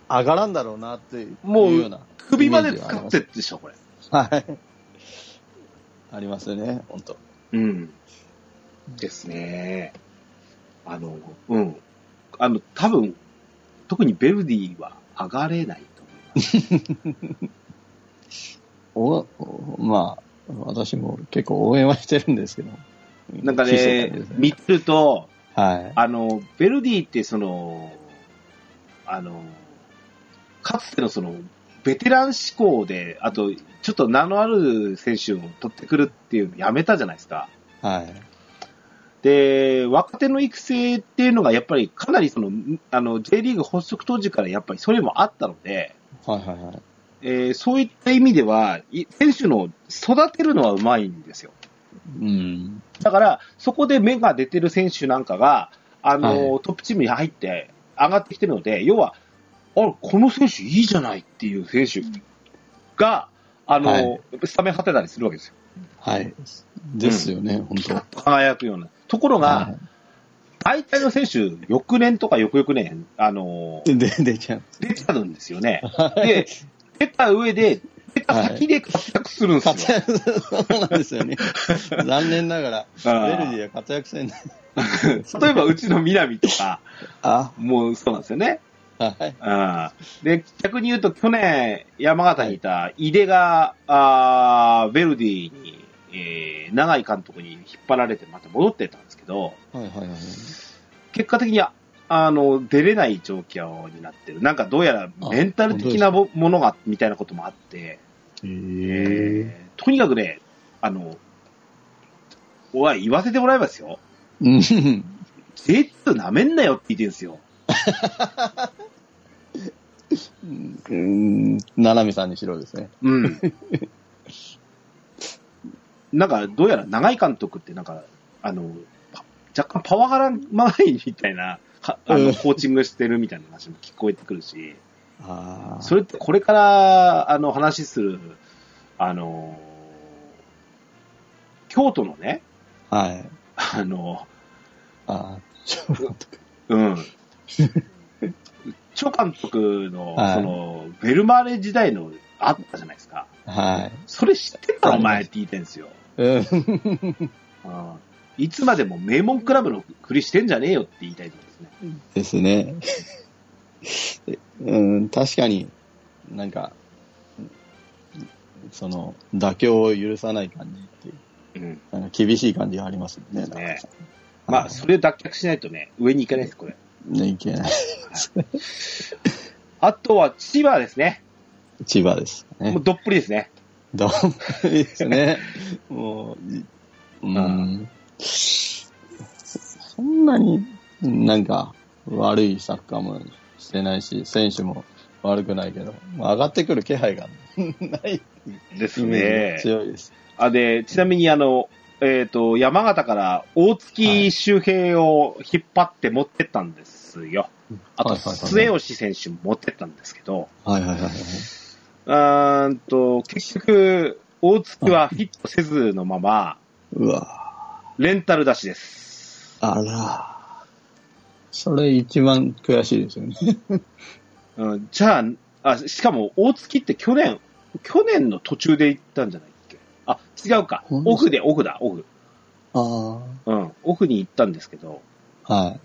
あ、上がらんだろうなっていう
もう
ような
首まで使ってるでしょ、これ。
はい。ありますよね、本当。
うん。ですね。あの、うん。あの、多分、特にヴェルディは上がれないと思います。
おおまあ、私も結構応援はしてるんですけど。
なんかね
密かにです、
見てると、
はい。
あの、ヴェルディってその、あの、かつてのその、ベテラン志向で、あと、ちょっと名のある選手を取ってくるっていうのやめたじゃないですか。
はい。
で、若手の育成っていうのがやっぱりかなりその、あの、J リーグ発足当時からやっぱりそれもあったので、
はいはいはい。
えーそういった意味では、い選手の育てるのはうまいんですよ。
うん。
だから、そこで目が出てる選手なんかが、あの、
は
トップチームに入って上がってきてるので、要は、あれ、この選手いいじゃないっていう選手が、あの、
はい
スタメン張ってたりするわけですよ。
はい。ですよね、本
ピ
当
カッと輝くような。ところが、
は
大体の選手、翌年とか翌々年、あの
い。で、出ちゃう。
出ちゃうんですよね。で、出た上で、出た先で活躍するんですよ。
活躍、 そうなんですよ ね。残念ながら、
あ
ベ
ー
ルディは活躍せんない。
例えば、うちの南とか、
あ、
もうそうなんですよね。
はい。
うんで、逆に言うと、去年、山形にいた井出が、あーヴェルディに、えー、長井監督に引っ張られて、また戻ってたんですけど、
はいはいはい。
結果的に、ああの、出れない状況になってる。なんか、どうやらメンタル的なもものが、みたいなこともあって、
え
えーとにかくね、あの、おい、言わせてもらえばですよ。
うん。
J2 舐めんなよって言ってるんですよ。
うん、ななみさんにしろですね。
うん。なんか、どうやら長井監督って、なんか、あの、パ若干パワハラまがいみたいな、はあ
う
の、
ん
コーチングしてるみたいな話も聞こえてくるし、
ああ。
それってこれから、あの、話する、あの、京都のね、
はい。
あの、
あ
うん。張監督の、
はい
その、ベルマーレ時代のあったじゃないですか。
あ。はい。
それ知ってた
あ
お
ります
前って言いたいんですよ。
うん。
うんいつまでも名門クラブのふりしてんじゃねえよって言いたいところですね。
ですね。 うん、確かに、なんか、その、妥協を許さない感じってい
う
う
ん。
なんか厳しい感じがありますよね。
ね
なんかさ
まあ、それを脱却しないとね、上に行かないです、これ。
ね、いけない。
あとは千葉ですね。
千葉ですか
も
ね
う。どっぷりですね。
どうもいいですね。 もう、いうん。そんなになんか悪いサッカーもしてないし、選手も悪くないけど、まあ上がってくる気配がない
です
イメー
ね
ジ。強いです。
あ、で、ちなみにあの、えっ、と、山形から大月周平を引っ張って持ってったんですよ。あと、
はいはいはい
末吉選手も持ってったんですけど、
はいはいはいはい。
うーんと、結局、大月はフィットせずのまま、
うわ
レンタル出しです。
あら。それ一番悔しいですよね。
うん、じゃああ、しかも大月って去年、去年の途中で行ったんじゃないっけあ、違うか。
ほんと
オフで、オフだ、オフ。
あ
うん、オフに行ったんですけど、
あ。はい。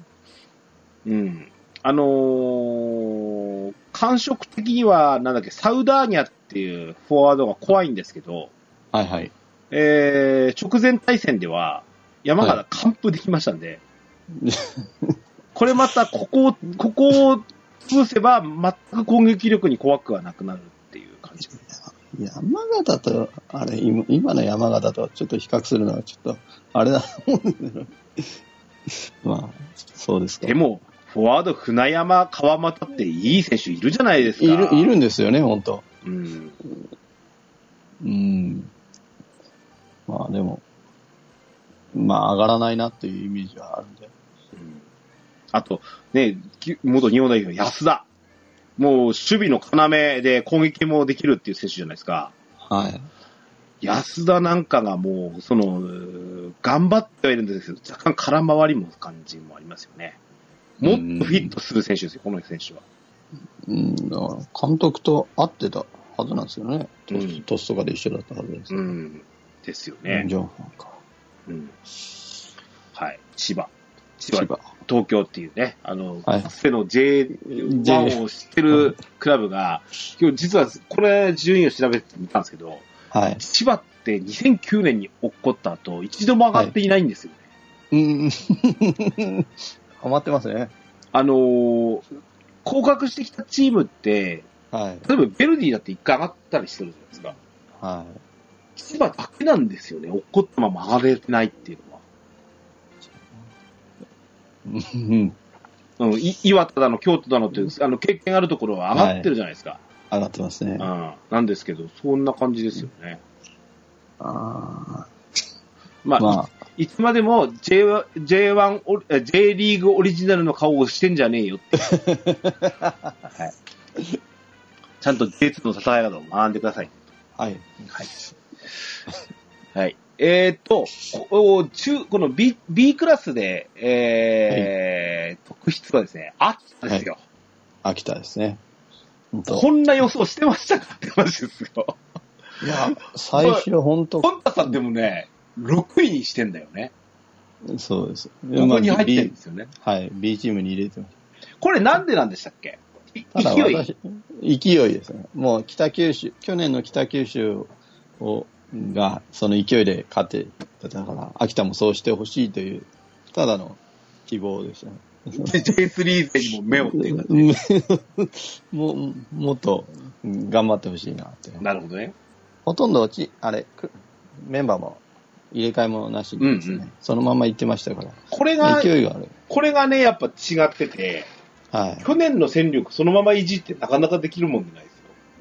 うん。あのー感触的には、なんだっけ、サウダーニャっていうフォワードが怖いんですけど、
はいはい。
えー、直前対戦では、山
は
形完封できましたん で、これまた、ここを、ここを通せば、全く攻撃力に怖くはなくなるっていう感じ。
山形と、あれ、今今の山形とちょっと比較するのはちょっと、あれだと思うんですけど。まあ、そうですか。
でも、フォワード、船山、川又っていい選手いるじゃないですか。
いる、いるんですよね、本当
うん。
うん。まあでも、まあ上がらないなっていうイメージはあるんで。
うんあと、ね、き元日本代表、安田。もう、守備の要で攻撃もできるっていう選手じゃないですか。
はい。
安田なんかがもう、その、頑張ってはいるんですけど、若干空回りも感じもありますよね。もっとフィットする選手ですよ、この選手は。
うん、だから監督と会ってたはずなんですよね。ト
うん
ストスとかで一緒だったはずです。
うん。ですよね。
ジョンファンか。
うん。はい。千葉。千葉
千葉。
東京っていうね、あの、
は
か
い
つての J1 を知ってるクラブが、今日実はこれ順位を調べてみたんですけど、
はい。
千葉って2009年に起こった後、一度も上がっていないんですよね。
うん。 ハマってますね。
あのー降格してきたチームって、
はい。
例えばベルディだって一回上がったりしてるじゃないですか。
はい。
千葉だけなんですよね、起こったまま上がれてないっていうのは。
うん
うん、い岩手だの、京都だのっていう、あの、経験あるところは上がってるじゃないですか。
上がってますね。
うんなんですけど、そんな感じですよね。
あ
まあ、
あま
いいつまでも J- J1 オリ、え J リーグオリジナルの顔をしてんじゃねえよ って。はい、ちゃんと J2 の戦い方を学んでください。
はい。
はい。えーっと、こ中、この B、B クラスで、えー、特筆はですね、あったですよ。
秋田ですね。ほんと
こんな予想してましたかって話ですよ。
いや、最初本当、
コンタさんでもね、6位にしてんだよね。
そうです。
ここに入ってるん
B
ですよね。
はい、B チームに入れてま
これなんでなんでしたっけい
す。ただ
勢い。
私、勢いですね。もう北九州、去年の北九州を、が、その勢いで勝てたから、秋田もそうしてほしいという、ただの希望ですね。
で J3 勢にも目をっていうか。
もう、もっとうん頑張ってほしいなって。
なるほどね。
ほとんどち、あれ、くメンバーも入れ替えもなしですね。
うんう
そのまま行ってましたから。
これが、
勢いがある。
これがね、やっぱ違ってて、
はい。
去年の戦力そのまま維持ってなかなかできるもんじゃないですよ。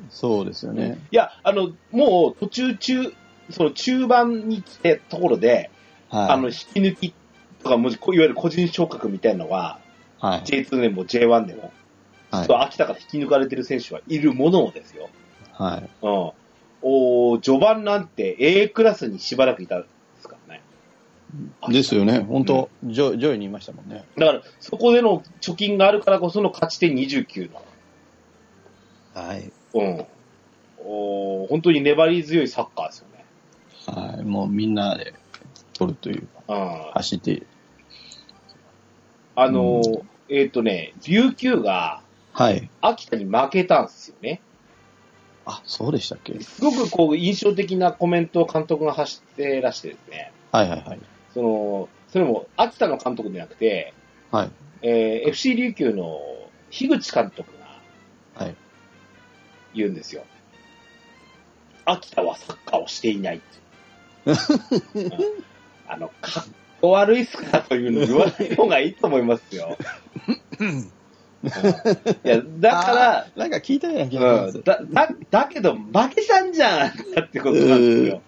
そうですよね。
いや、あの、もう途中中、その中盤に来てところで、
はい。
あの、引き抜きとか、もしこういわゆる個人昇格みたいなのは、
はい。
J2 でも J1 でも、
はい。
秋田から引き抜かれてる選手はいるものをですよ。
はい。
うん。おー序盤なんて A クラスにしばらくいたんですからね。
ですよね。本当、上上位にいましたもんね。
だから、そこでの貯金があるからこその勝ち点29の。
はい。
うん。おー本当に粘り強いサッカーですよね。
はい。もうみんなで取るという、
うん。
走って。
あのー
う
えっ、とね、琉球が
はい。
秋田に負けたんですよね。
あ、そうでしたっけ
すごくこう、印象的なコメントを監督が発してらしてですね。
はいはいはい。
その、それも秋田の監督じゃなくて、
はい。
えー FC 琉球の樋口監督が
はい。
言うんですよ。秋田はサッカーをしていないって。うんあの、かっこ悪いっすからというの言わない方がいいと思いますよ。うんいや、だから、
なんか聞いたような気がし
う
ま
ん、だだだけど、負けたんじゃんってことなんですよ。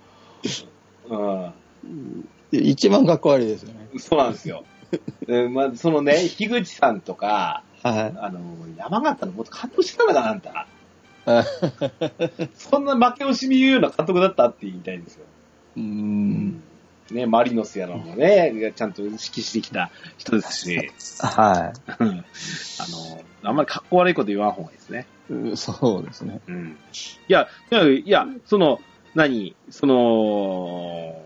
うん
す。一番かっこ悪いですよね。
そうなんですよ。でまあ、そのね、樋口さんとか、
はい。
あの、山形の元監督してたからな、あんた。
あ
そんな負け惜しみ言うような監督だったって言いたいんですよ。
うーん。
ね、マリノスやらもね、ちゃんと指揮してきた人です し、
は
あの、あんまりかっこ悪いこと言わん方がいいですね。
いうん。そうですね。
うん。いや、とにかくいや、その、何、その、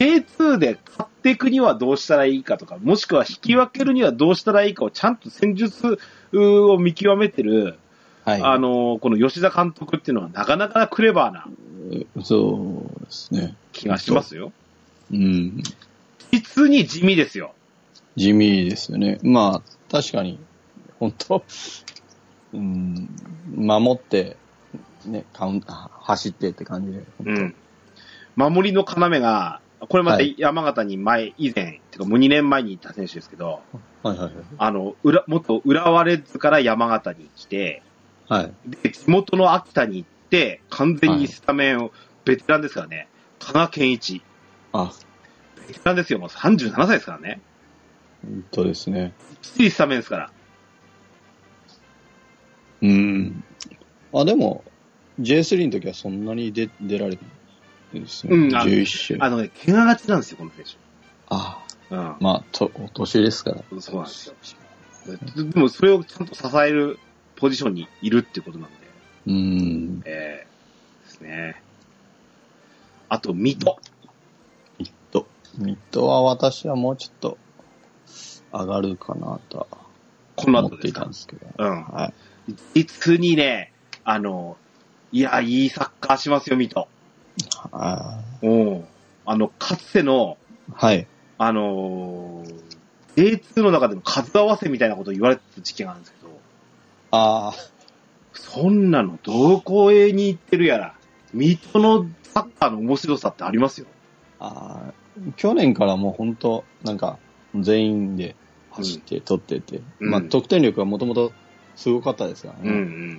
J2 で勝っていくにはどうしたらいいかとか、もしくは引き分けるにはどうしたらいいかをちゃんと戦術を見極めてる、
はい。
あの、この吉田監督っていうのはなかなかクレバーな
そうですね。
気がしますよ。
うん。
実に地味ですよ。
地味ですよね。まあ、確かに、本当、うん、守って、ね、カウンター、走ってって感じで。
うん。守りの要が、これまた
はい
山形に前、以前、てかもう2年前に行った選手ですけど、
はいはい
あの、裏、元浦和レッズから山形に来て、
はい。はい。
で、地元の秋田に行って、完全にスタメンを、ベテランですからね、加賀健一。
あ、
ベテランですよ、もう37歳ですからね。
本当ですね。
きっちりスタメンですから。
うん。あ、でも、J3 の時はそんなに出、出られてるんですね。
うんあの
11試合。
あのね、怪我がちなんですよ、この選
あ、
手。うん。
まあ、と、お年ですから。
そうなんですよ。ででも、それをちゃんと支えるポジションにいるってことなんで、
うん。
えー、ですね。あと、水戸。
ミッド。ミッドは私はもうちょっと上がるかなとは
この
思
後
っ
で
てい
す
たん
か
で。すけど。
うん。
はい。
実にね、あの、いや、いいサッカーしますよ、水戸。
あ
うん。あの、かつての、
ーはい。
あのー、J2 の中でも数合わせみたいなことを言われてた時期があるんですけど、
あ
そんなのどこへに行ってるやら、水戸のサッカーの面白さってありますよ。
あ、あー去年からもう本当、なんか、全員で走って、取ってて、
うん
まあ、得点力はもともとすごかったですからね。
ん。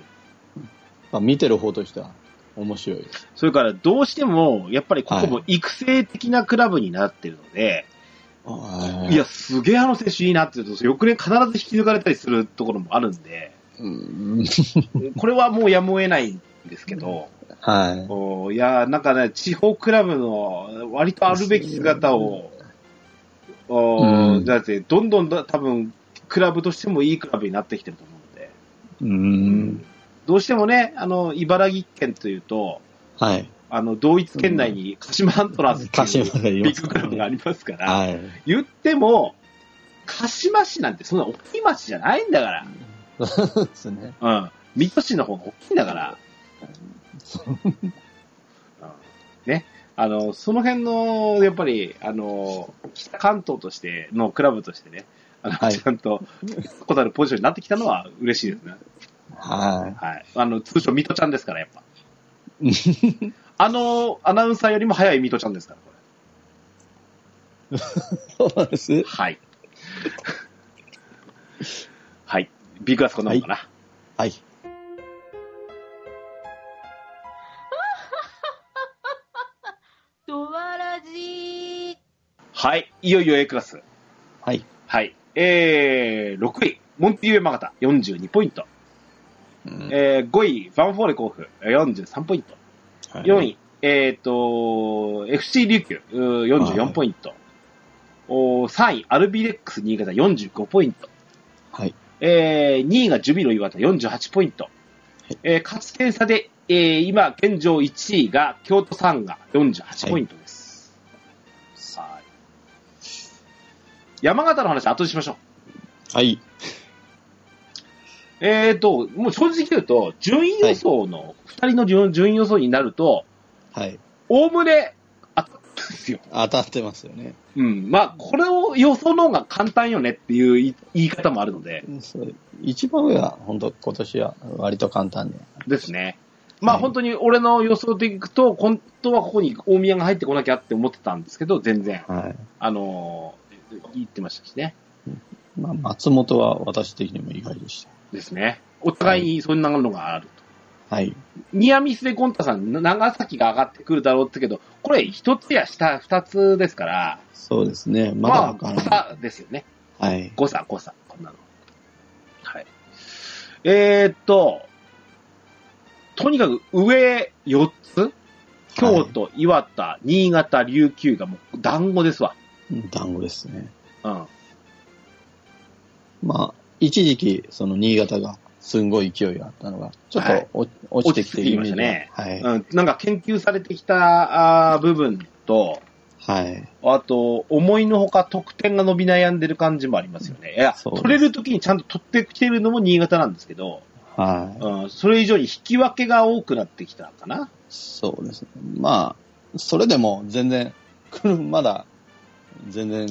まあ、見てる方としては面白いです。
それから、どうしても、やっぱりここも
は
育成的なクラブになってるので、
あ
い、や、すげえあの選手いいなって言うと、翌年必ず引き抜かれたりす るところもあるんで、
うん、
これはもうやむを得ないんですけど、
はい。
おいやー、なんかね、地方クラブの割とあるべき姿を、お
うん
だって、どんどんだ多分、クラブとしてもいいクラブになってきてると思うので、
うーん。
どうしてもね、あの、茨城県というと、
はい。
あの、同一県内に鹿島アントラーズって
鹿
い
島
う
がいま
ビ
す
ッグクラブがありますから、
はい。
言っても、鹿島市なんてそんな大きい町じゃないんだか
そうですね。
ら、うん。水戸市の方が大きいんだから、うんね。あの、その辺の、やっぱり、あの、北関東としてのクラブとしてね、あの、
はい
ちゃんと、こだわるポジションになってきたのは嬉しいですね。
は
はい。あの、通称、水戸ちゃんですから、やっぱ。あの、アナウンサーよりも早い水戸ちゃんですから、これ。
い。そうなんです。
はい。はい。ビッグアスこんなもんかな。
はい。
ドワラジー
はい。いよいよ A クラス。
はい。
はい。えー、6位、モンティーウェマガタ、42ポイント。
うん
えー、5位、ヴァンフォーレ甲府、43ポイント。
はい
4位、えっ、と、FC 琉球、うー44ポイント。おー3位、アルビレックス新潟、45ポイント。
はい。
えー、2位がジュビロ磐田、48ポイント。えー、勝ち点差で、えー、今、現状1位が京都サンガ、48ポイントです。はい。山形の話、後でしましょう。
はい。
えー、と、もう正直言うと、順位予想の、二人の順順位予想になると、
はい。
おおむね当たったんですよ。
当たってますよね。
うん。まあ、これを予想の方が簡単よねっていう言い言い方もあるので、
そう一番上は、本当今年は割と簡単で。
ですね。まあ、
はい
本当に俺の予想でいくと、本当はここに大宮が入ってこなきゃって思ってたんですけど、全然、
はい。
あのー言ってましたしね。
まあ、松本は私的にも意外でし
ですね。お互いにそんなのがあると。
た。はい。
ニアミスでゴンタさん、長崎が上がってくるだろうってけど、これ一つや下二つですから、
そうですね。まだ
ま
わか
あ、
ら
誤
ない。
差ですよね。
はい。
誤差、誤差、こんなの。はい。えーっと、とにかく上4つ京都、岩田、新潟、琉球がもう団子ですわ。
団子ですね。
うん。
まあ、一時期、その新潟がすんごい勢いがあったのが、ちょっとお、落ちてきてるイメージが
落ち着いてき
はい。
うん、なんか研究されてきたあー部分と、
はい。
あと、思いのほか得点が伸び悩んでる感じもありますよね。いや、
そうです
取れるときにちゃんと取ってきてるのも新潟なんですけど、
はい。
うん、それ以上に引き分けが多くなってきたかな。
そうですね。まあ、それでも全然、くるまだ、全然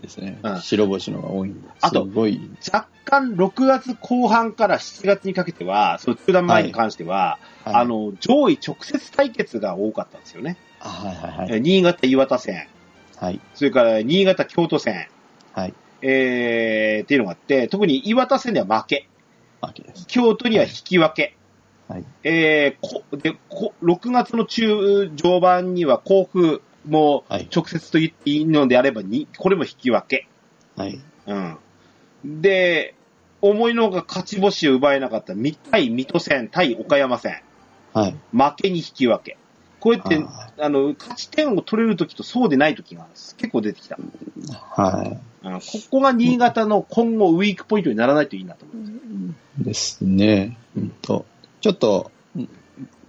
ですね
うん。
白星の方が多いんで。
あと
すごい。
若干6月後半から7月にかけては、その中断前に関しては、
はい
あ、の、上位直接対決が多かったんですよね。
あはいはいは
えー
い。
新潟岩田戦、
はい。
それから新潟京都戦、
はい。
えー、っていうのがあって、特に岩田戦では負け、
わけです。
京都には引き分け、
はい。
えーこでこ、6月の中、上盤には甲府も
はい。
直接と言っていいのであればに、これも引き分け。
はい。
うん。で、思いのほか勝ち星を奪えなかったみ対水戸戦、対岡山戦、
はい。
負けに引き分け。こうやって、
は
あの、勝ち点を取れるときとそうでないときが結構出てきた、うん。
いは
ここが新潟の今後ウィークポイントにならないといいなと思う。
い。ですね。うんと、ちょっと、うん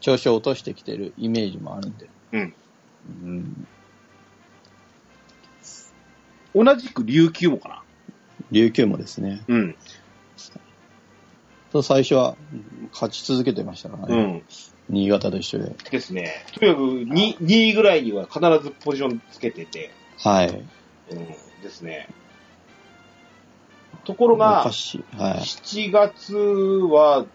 調子を落としてきてるイメージもあるんで。
うん。
うん。
同じく琉球もかな。
琉球もですね。
うん。
と最初はうん勝ち続けてましたから
う
ね。
ん。
新潟と一緒で。
ですね。とにかく 2, 2位ぐらいには必ずポジションつけてて、
はい。
うん。ですね。ところが、
おかしい。はい。
7月は、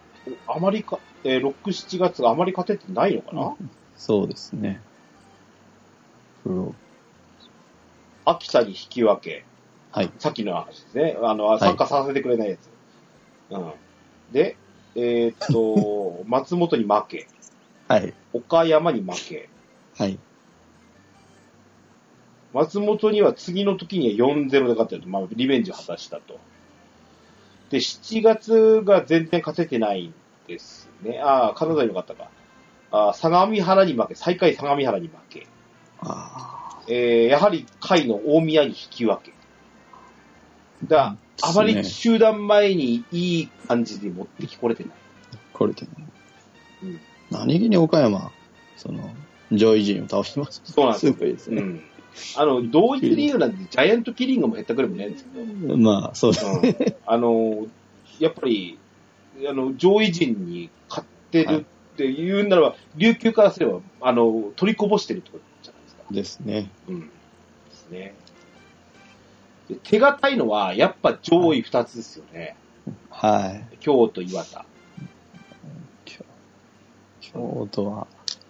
あまりか、えー6、7月があまり勝ててないのかな、
そうですね。うん
秋田に引き分け。
はい。
さっきの話ですね。あの、
い
参加させてくれないやつ。うん。で、えーっと、 松本に負け。
はい。
岡山に負け。
はい。
松本には次の時には4-0で勝ってると。まあ、リベンジを果たしたと。で、7月が全然勝ててないんですね。ああ、金沢に良かったか。あ相模原に負け、最下位相模原に負け、
あ
えーやはり下位の大宮に引き分け。だから、あまり
です
集団前にいい感じに持ってきこれてない。
これてね
うん。
何気に岡山、その、上位陣を倒してます。
そうなんです
す
よ
ごいです
う
ね。
ん。あの、同一リーグなんで、ジャイアントキリングも減ったくれもないんですけど、うん、
まあ、そうです。
あの、やっぱり、あの、上位陣に勝ってるって言うならば、琉球からすれば、あの、取りこぼしてるってことじゃないですか。
ですね。
うん。ですね。で手堅いのは、やっぱ上位2つですよね。
はい。
京都、岩田。
京京都は、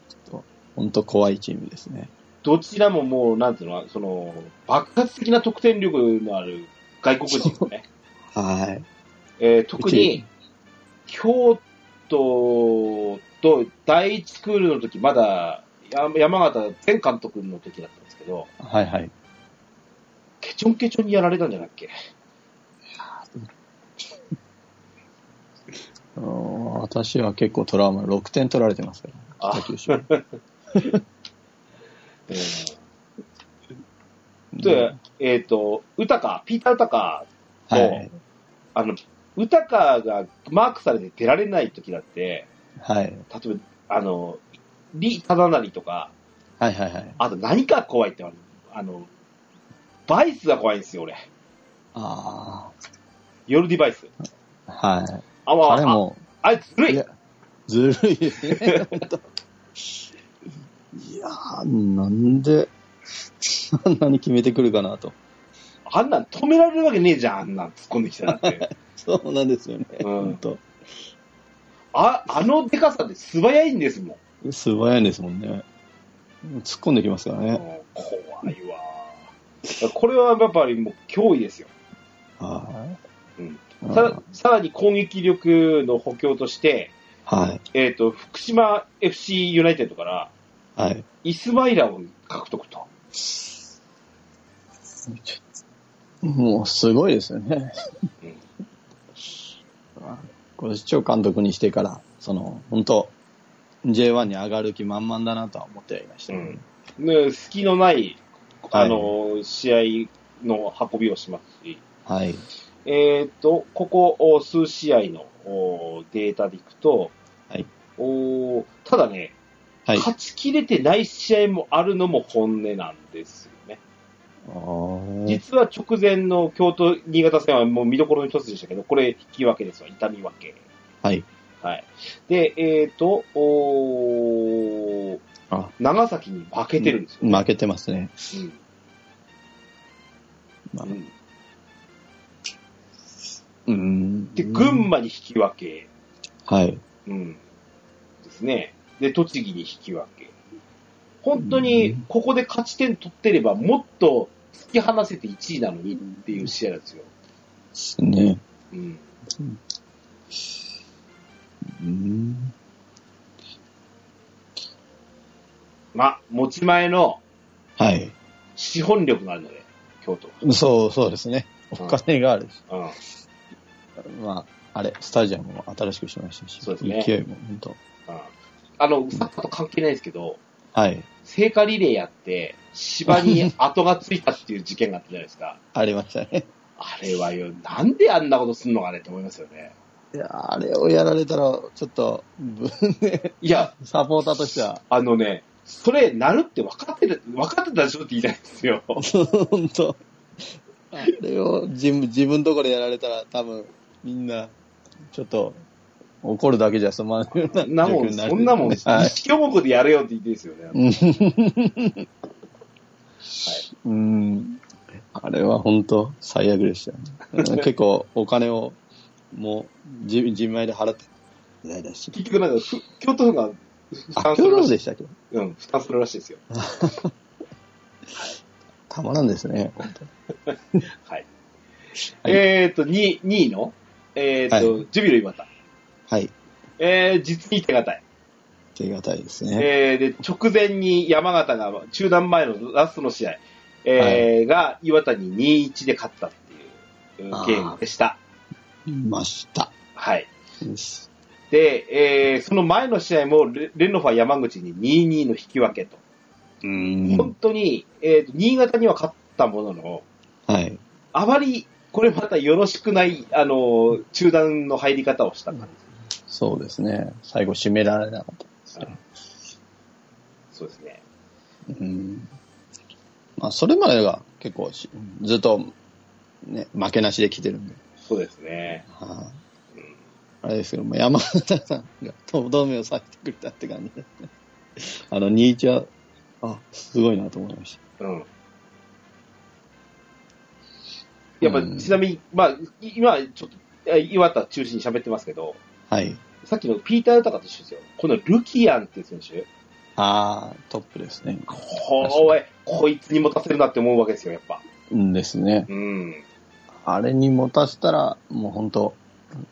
ちょっと、本当怖いチームですね。
どちらももう、なんていうのその、爆発的な得点力のある外国人のね。
はい。
えー特
う
に、京都と第一クールの時、まだ、や山形前監督の時だったんですけど、
はいはい。
ケチョンケチョンにやられたんじゃなっけ
あの私は結構トラウマ、6点取られてますから、
あ
北、九州。
えー で、えっ、と、歌か、ピーター・歌か、
はい。
あの、歌かがマークされて出られない時だって、
はい。
例えば、あの、リ・タダナリとか、
はいはいはい。
あと何か怖いってあるあの、バイスが怖いんですよ、俺。
あ
ヨルディバイス。
あ。はい。
あ、まあ、
彼も、
ああいつずる
い
い
や、ずるいですね、本当いやー、なんで、あんなに決めてくるかなと。
あんなん止められるわけねえじゃん、あんなん突っ込んできたな って。
そうなんですよね、
うん
本当
あ、あのデカさで素早いんですも
素早いんですもんね。突っ込んできますから
ん。
ね。
もう怖いわ。これはやっぱりもう脅威ですよ。
はい。
うん
うん
さらさらに攻撃力の補強として、
はい。
えっ、と、福島 FC ユナイテッドから、
はい。
イスマイラを獲得と。
もうすごいですよね
うん。
これ、市長監督にしてから、その、本当 J1 に上がる気満々だなとは思ってはいましたけど、
うんね隙のない、
はい
あの、試合の運びをしますし、
はい。
えっ、と、ここお数試合のおデータでいくと、
はい
おーただね、
はい。
勝ちきれてない試合もあるのも本音なんですよね。
あー
実は直前の京都、新潟戦はもう見どころの一つでしたけど、これ引き分けですわ、痛み分け。
はい。
はい。で、えっ、と、おー
あ
長崎に負けてるんですよ。
負けてますね。まあ
うんうん
うん。
で、群馬に引き分け。
はい。
うん。ですね。で、栃木に引き分け。本当に、ここで勝ち点取ってれば、もっと突き放せて1位なのにっていう試合なんですよ。
ですね。
うん。
うん。
まあ、持ち前の
はい。
資本力があるので、京都
そう、そうですね。お金がある。
は。うん。
まあ、あれ、スタジアムも新しくしましたし、
そうですね
勢いも本当。
ああの、サッカーと関係ないですけど、
はい。
聖火リレーやって、芝に跡がついたっていう事件があったじゃないですか。
ありましたね。
あれはよ、なんであんなことすんのかねって思いますよね。
いや、あれをやられたら、ちょっと、ぶ
いや、
サポーターとしては、
あのね、それ、なるって分かってる、分かってたでしょって言いたいんですよ。
本当あれを自分、自分とこでやられたら、多分、みんな、ちょっと、怒るだけじゃ済まないよう
な
な状
も
況
ん、
になる、
そんなもん、意
はい。
識重くでやれよって言っていいですよね。
うん。あれは本当最悪でしたね、 うん結構、お金を、もう、じ人前で払って、ないだし。
結局なんか、ふ京都府が負
あ、
担する
今
ら
日
しい。
でしたっけ
うん、負担するらしいですよ。
たまらんですね。
はい。
はい
えっ、と、2位、二位の、えっ、と、
は
ジュビロ磐田。
はい。
えー、実に手堅い。
手堅いですね。
えー、で、直前に山形が、中断前のラストの試合、えーが岩田に2-1で勝ったっていうえー
あー
ゲームでした。
ました。
はい。
です
で、えーその前の試合もレレノファ山口に2-2の引き分けと。
う
本
ん。
当に、えーと新潟には勝ったものの、
はい。
あまり、これまたよろしくない、あの、中断の入り方をした感じ。
そうですね。最後締められなかったですね。
そうですね。
うん。まあ、それまでが結構し、ずっと、ね、負けなしで来てるんで。
そうですね。
はいあれですけども、山形さんがとどめを刺してくれたって感じですね。 あの、21は、あ、すごいなと思いまし
うん。やっぱ、
うん
ちなみに、まあ、い今、ちょっと、え岩田中心に喋ってますけど、
た。はい。
さっきのピーター・ウタカと一緒ですよ。このルキアンっていう選手、
ああ、トップですね。
これ、こいつに持たせるなって思うわけですよ、やっぱ。
うんですね。
うん。
あれに持たせたら、もう本当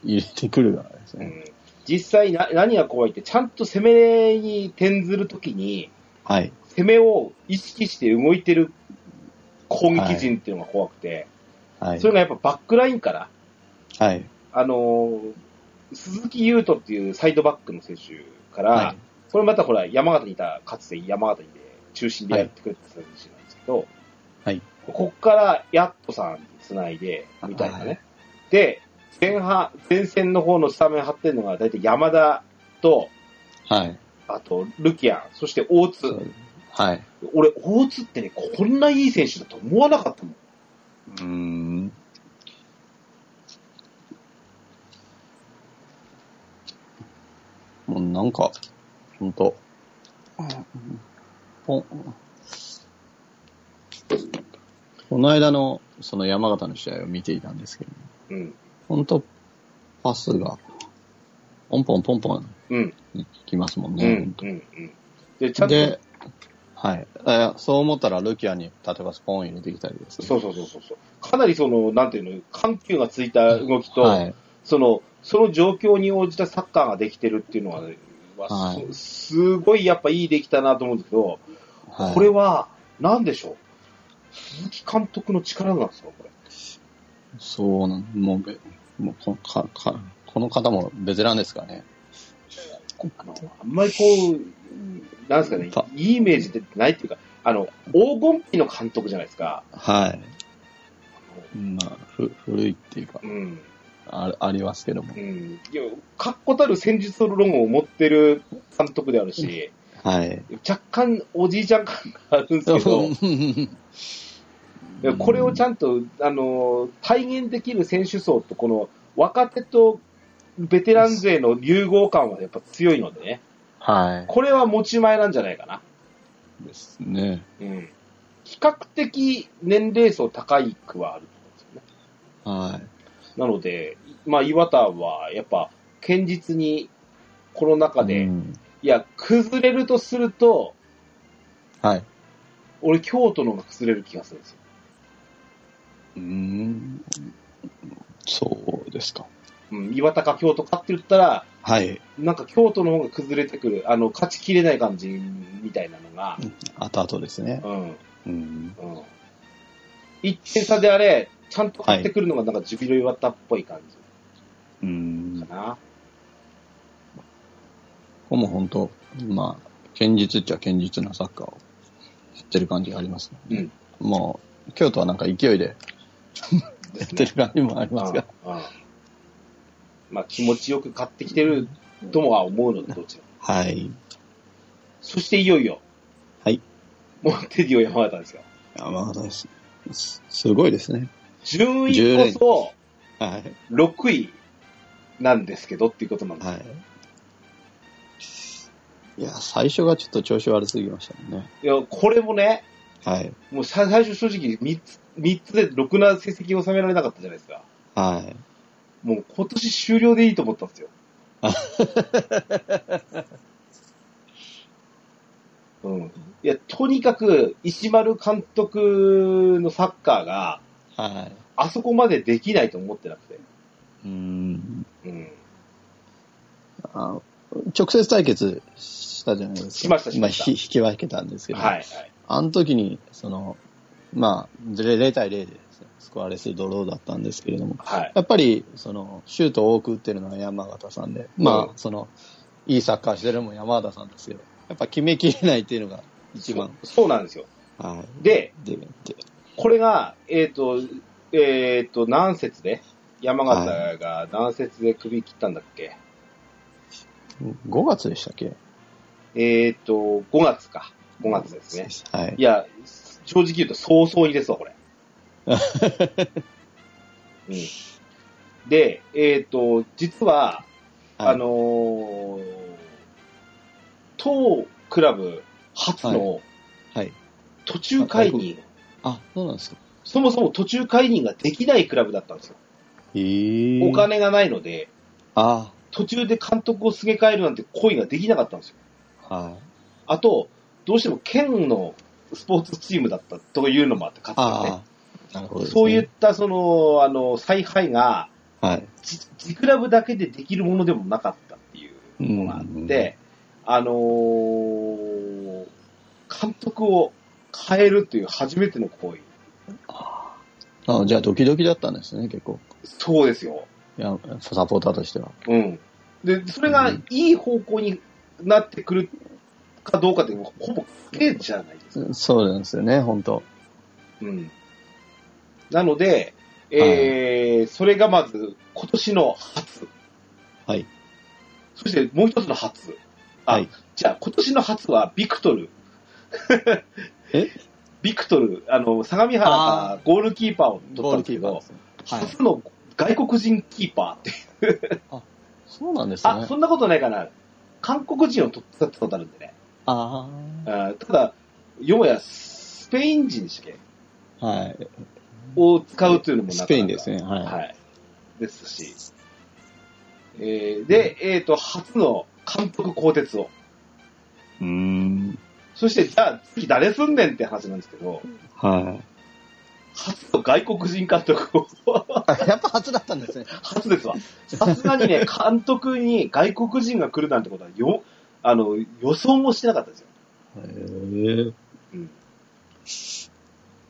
入れてくるからです
う
ね。
ん、実際な、何が怖いって、ちゃんと攻めに転ずるときに、
はい。
攻めを意識して動いてる攻撃陣っていうのが怖くて、
はい
そ。れがやっぱバックラインから、
はい。
あのー鈴木優斗っていうサイドバックの選手から、
はい。
これまたほら、山形にいた、かつて山形にで中心でやってくれた選手なんですけど、
はい
こっからやっとさんにつないで、みたいなね。
はい
で、前半、前線の方のスタメン張ってるのが、だいたい山田と、
はい。
あと、ルキアン、そして大津。
そうはい。
俺、大津ってね、こんないい選手だと思わなかったもん。
うん。もうなんか、ほんと、ポンこの間の、その山形の試合を見ていたんですけど、
うん。
ほんと、パスが、ポンポンポンポン
うん。
いきますもん
う
ね。
ん。うん。うん。で、ちゃんと、
で、はい。えそう思ったら、ルキアに、例えばスポーン入れてきたりですね。
そうそうそうそうそう。かなりその、なんていうの、緩急がついた動きと、
はい。
その、その状況に応じたサッカーができてるっていうのは、ねまあ
はい
すすごいやっぱいいできたなと思うんですけど、
はい、
これは、なんでしょう。鈴木監督の力なんですか、これ。
そうなん、もうべ、もうこのかかこの方もベテランですからね。
あの、あんまりこう、なんですかね
た、
いいイメージ出てないっていうか、あの、黄金期の監督じゃないですか。
はい。まあ、ふ古いっていうか
うん。
あ、ありますけども
う。ん。いや、確固たる戦術論を持ってる監督であるし、
はい。
若干おじいちゃん感があるんですけど、これをち
ゃ
ゃんと、あの、体現できる選手層と、この若手とベテラン勢の融合感はやっぱ強いのでね、
は
これは持ち前なんじゃないかな。
い。ですね。
うん。比較的年齢層高い区はあると思うんですよね。
はい。
なので、まあ、岩田はやっぱ、堅実にコロナ禍で、
うん
いや、崩れるとすると、
はい。
俺、京都の方が崩れる気がするんですよ。
うん。そうですか。
うん、岩田か京都かって言ったら、
はい。
なんか京都の方が崩れてくる、あの、勝ちきれない感じみたいなのが、
後々ですね
う。ん、
うん。
うん。1点差であれ、ちゃんと勝ってくるのがなんかジュビロ岩田っぽい感
うん
じか。な。
ここも本当、まあ、堅実っちゃ堅実なサッカーをやってる感じがありますもね。もう、京都はなんか勢いで
やっ
やってる感じもありますが。
うんうんまあ、気持ちよく買ってきてるともは思うので、どちらも
はい。
そしていよいよ。
はい。
モンテディオ山形ですよ。
山形ですね。すすごいですね。
順位こ
はい。
そ6位なんですけどっていうことなんです。
はい。いや、最初がちょっと調子悪すぎましたもんね。
いや、これもね、
はい。
もうさ最初正直3つ、三つでろくな成績を収められなかったじゃないですか。
はい。
もう今年終了でいいと思ったんですよ。 うん。いや、とにかく、石丸監督のサッカーが、
は
あそこまでできないと思ってなくて。
い。うん。
うん。
あ直接対決したじゃないですか。
しましたしました
あひ引き分けたんですけど。
はい、はい。
あの時に、その、まあ、0, 0対0でスコアレスドローだったんですけれども、
はい。
やっぱり、その、シュートを多く打ってるのは山形さんで、まあ、その、いいサッカーしてるのも山形さんですけど、やっぱ決めきれないっていうのが一番。
そそうなんですよ。
は
で、
い。で、で
これが、えっ、と、えっ、と、何節で山形が何節で首切ったんだっけ、
5月でしたっけ
えっ、と、5月か。5月ですね。。
はい
い。や、正直言うと早々にですわ、こ れ。うん、で、えっ、と、実は、あのー当クラブ初の
はい、はい。
途中解任、
あ、そうなんですか。
そもそも途中解任ができないクラブだったんですよ。
えー
お。金がないので、
あ
途中で監督をすげ替えるなんて行為ができなかったんですよ。
はい。
あと、どうしても県のスポーツチームだったというのもあって、かつてね
ああ。なるほどですね。
そういったその、あの、采配が、
はい。
じ自クラブだけでできるものでもなかったっていうのがあって、あのー監督を変えるという初めての行為。
あじゃあドキドキだったんですね、結構。
そうですよ。
いや、サポーターとしては。
うん。で、それがいい方向になってくるかどうかって、ほぼ確定じゃないですか。
そうなんですよね、本当
うん。なので、えーそれがまず今年の初。
はい。
そしてもう一つの初。あ、
はい
じゃあ今年の初はビクトル。
え
ビクトル、あの、相模原がゴールキーパーを取ったんですけど、
はい。
初の外国人キーパーって、
そうなんですね。
あ、そんなことないかな。韓国人を取ったってことあるんでね。
あ
あーただ、よもやスペイン人でしたっけ
あ。はい。
を使うというのもなかなか
スペインです。ね、はい。
はい。ですし。えーで、えっ、と、初の監督更迭を。
うーん。
そして、じゃあ次誰すんねんって話なんですけど、
は
初の外国人監督を。
い。やっぱ初だったんですね。
初ですわ。さすがに ね、監督に外国人が来るなんてことはよ、あの、予想もしてなかったですよ。
へえ。
うん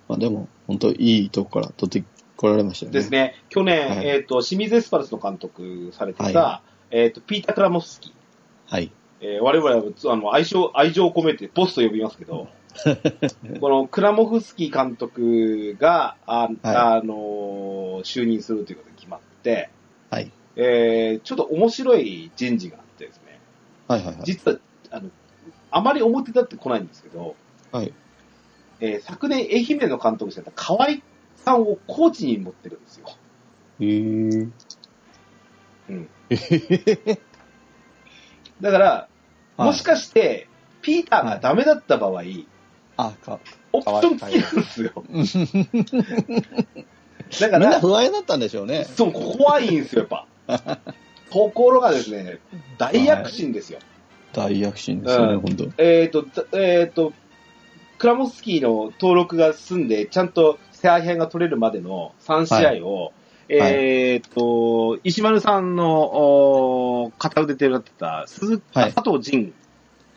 まあでも、本当いいとこから取ってこられましたよね。
ですね。去年、
はい
えっ、と、清水エスパルスの監督されてた、
は
えっ、と、ピーター・クラモフスキー。
はい。
えー我々はあの愛情愛情を込めてボスと呼びますけ ど、このクラモフスキー監督が、ああのー就任するということが決まって、
はい。
えーちょっと面白い人事があってですね、
はいはいはい。
実は、あの、あまり表立ってこないんですけど、
はい。
えー昨年愛媛の監督してた河合さんをコーチに持ってるんですよ。
へえ。
うん。だから、もしかして、ピーターがダメだった場合、
あ、か、
オプション付きなんですよ。 だか
みんな
ら、
不安だったんでしょうね。
そう、怖いんですよ、やっぱ。ところがですね、大躍進ですよ。
大躍進ですよね、
うん
本当
えっ、と、ざえっ、と、クラモフスキーの登録が済んで、ちゃんと采配が取れるまでの3試合を、えっ、と、石丸さんのおー片腕でやってた鈴木、
はい
佐藤仁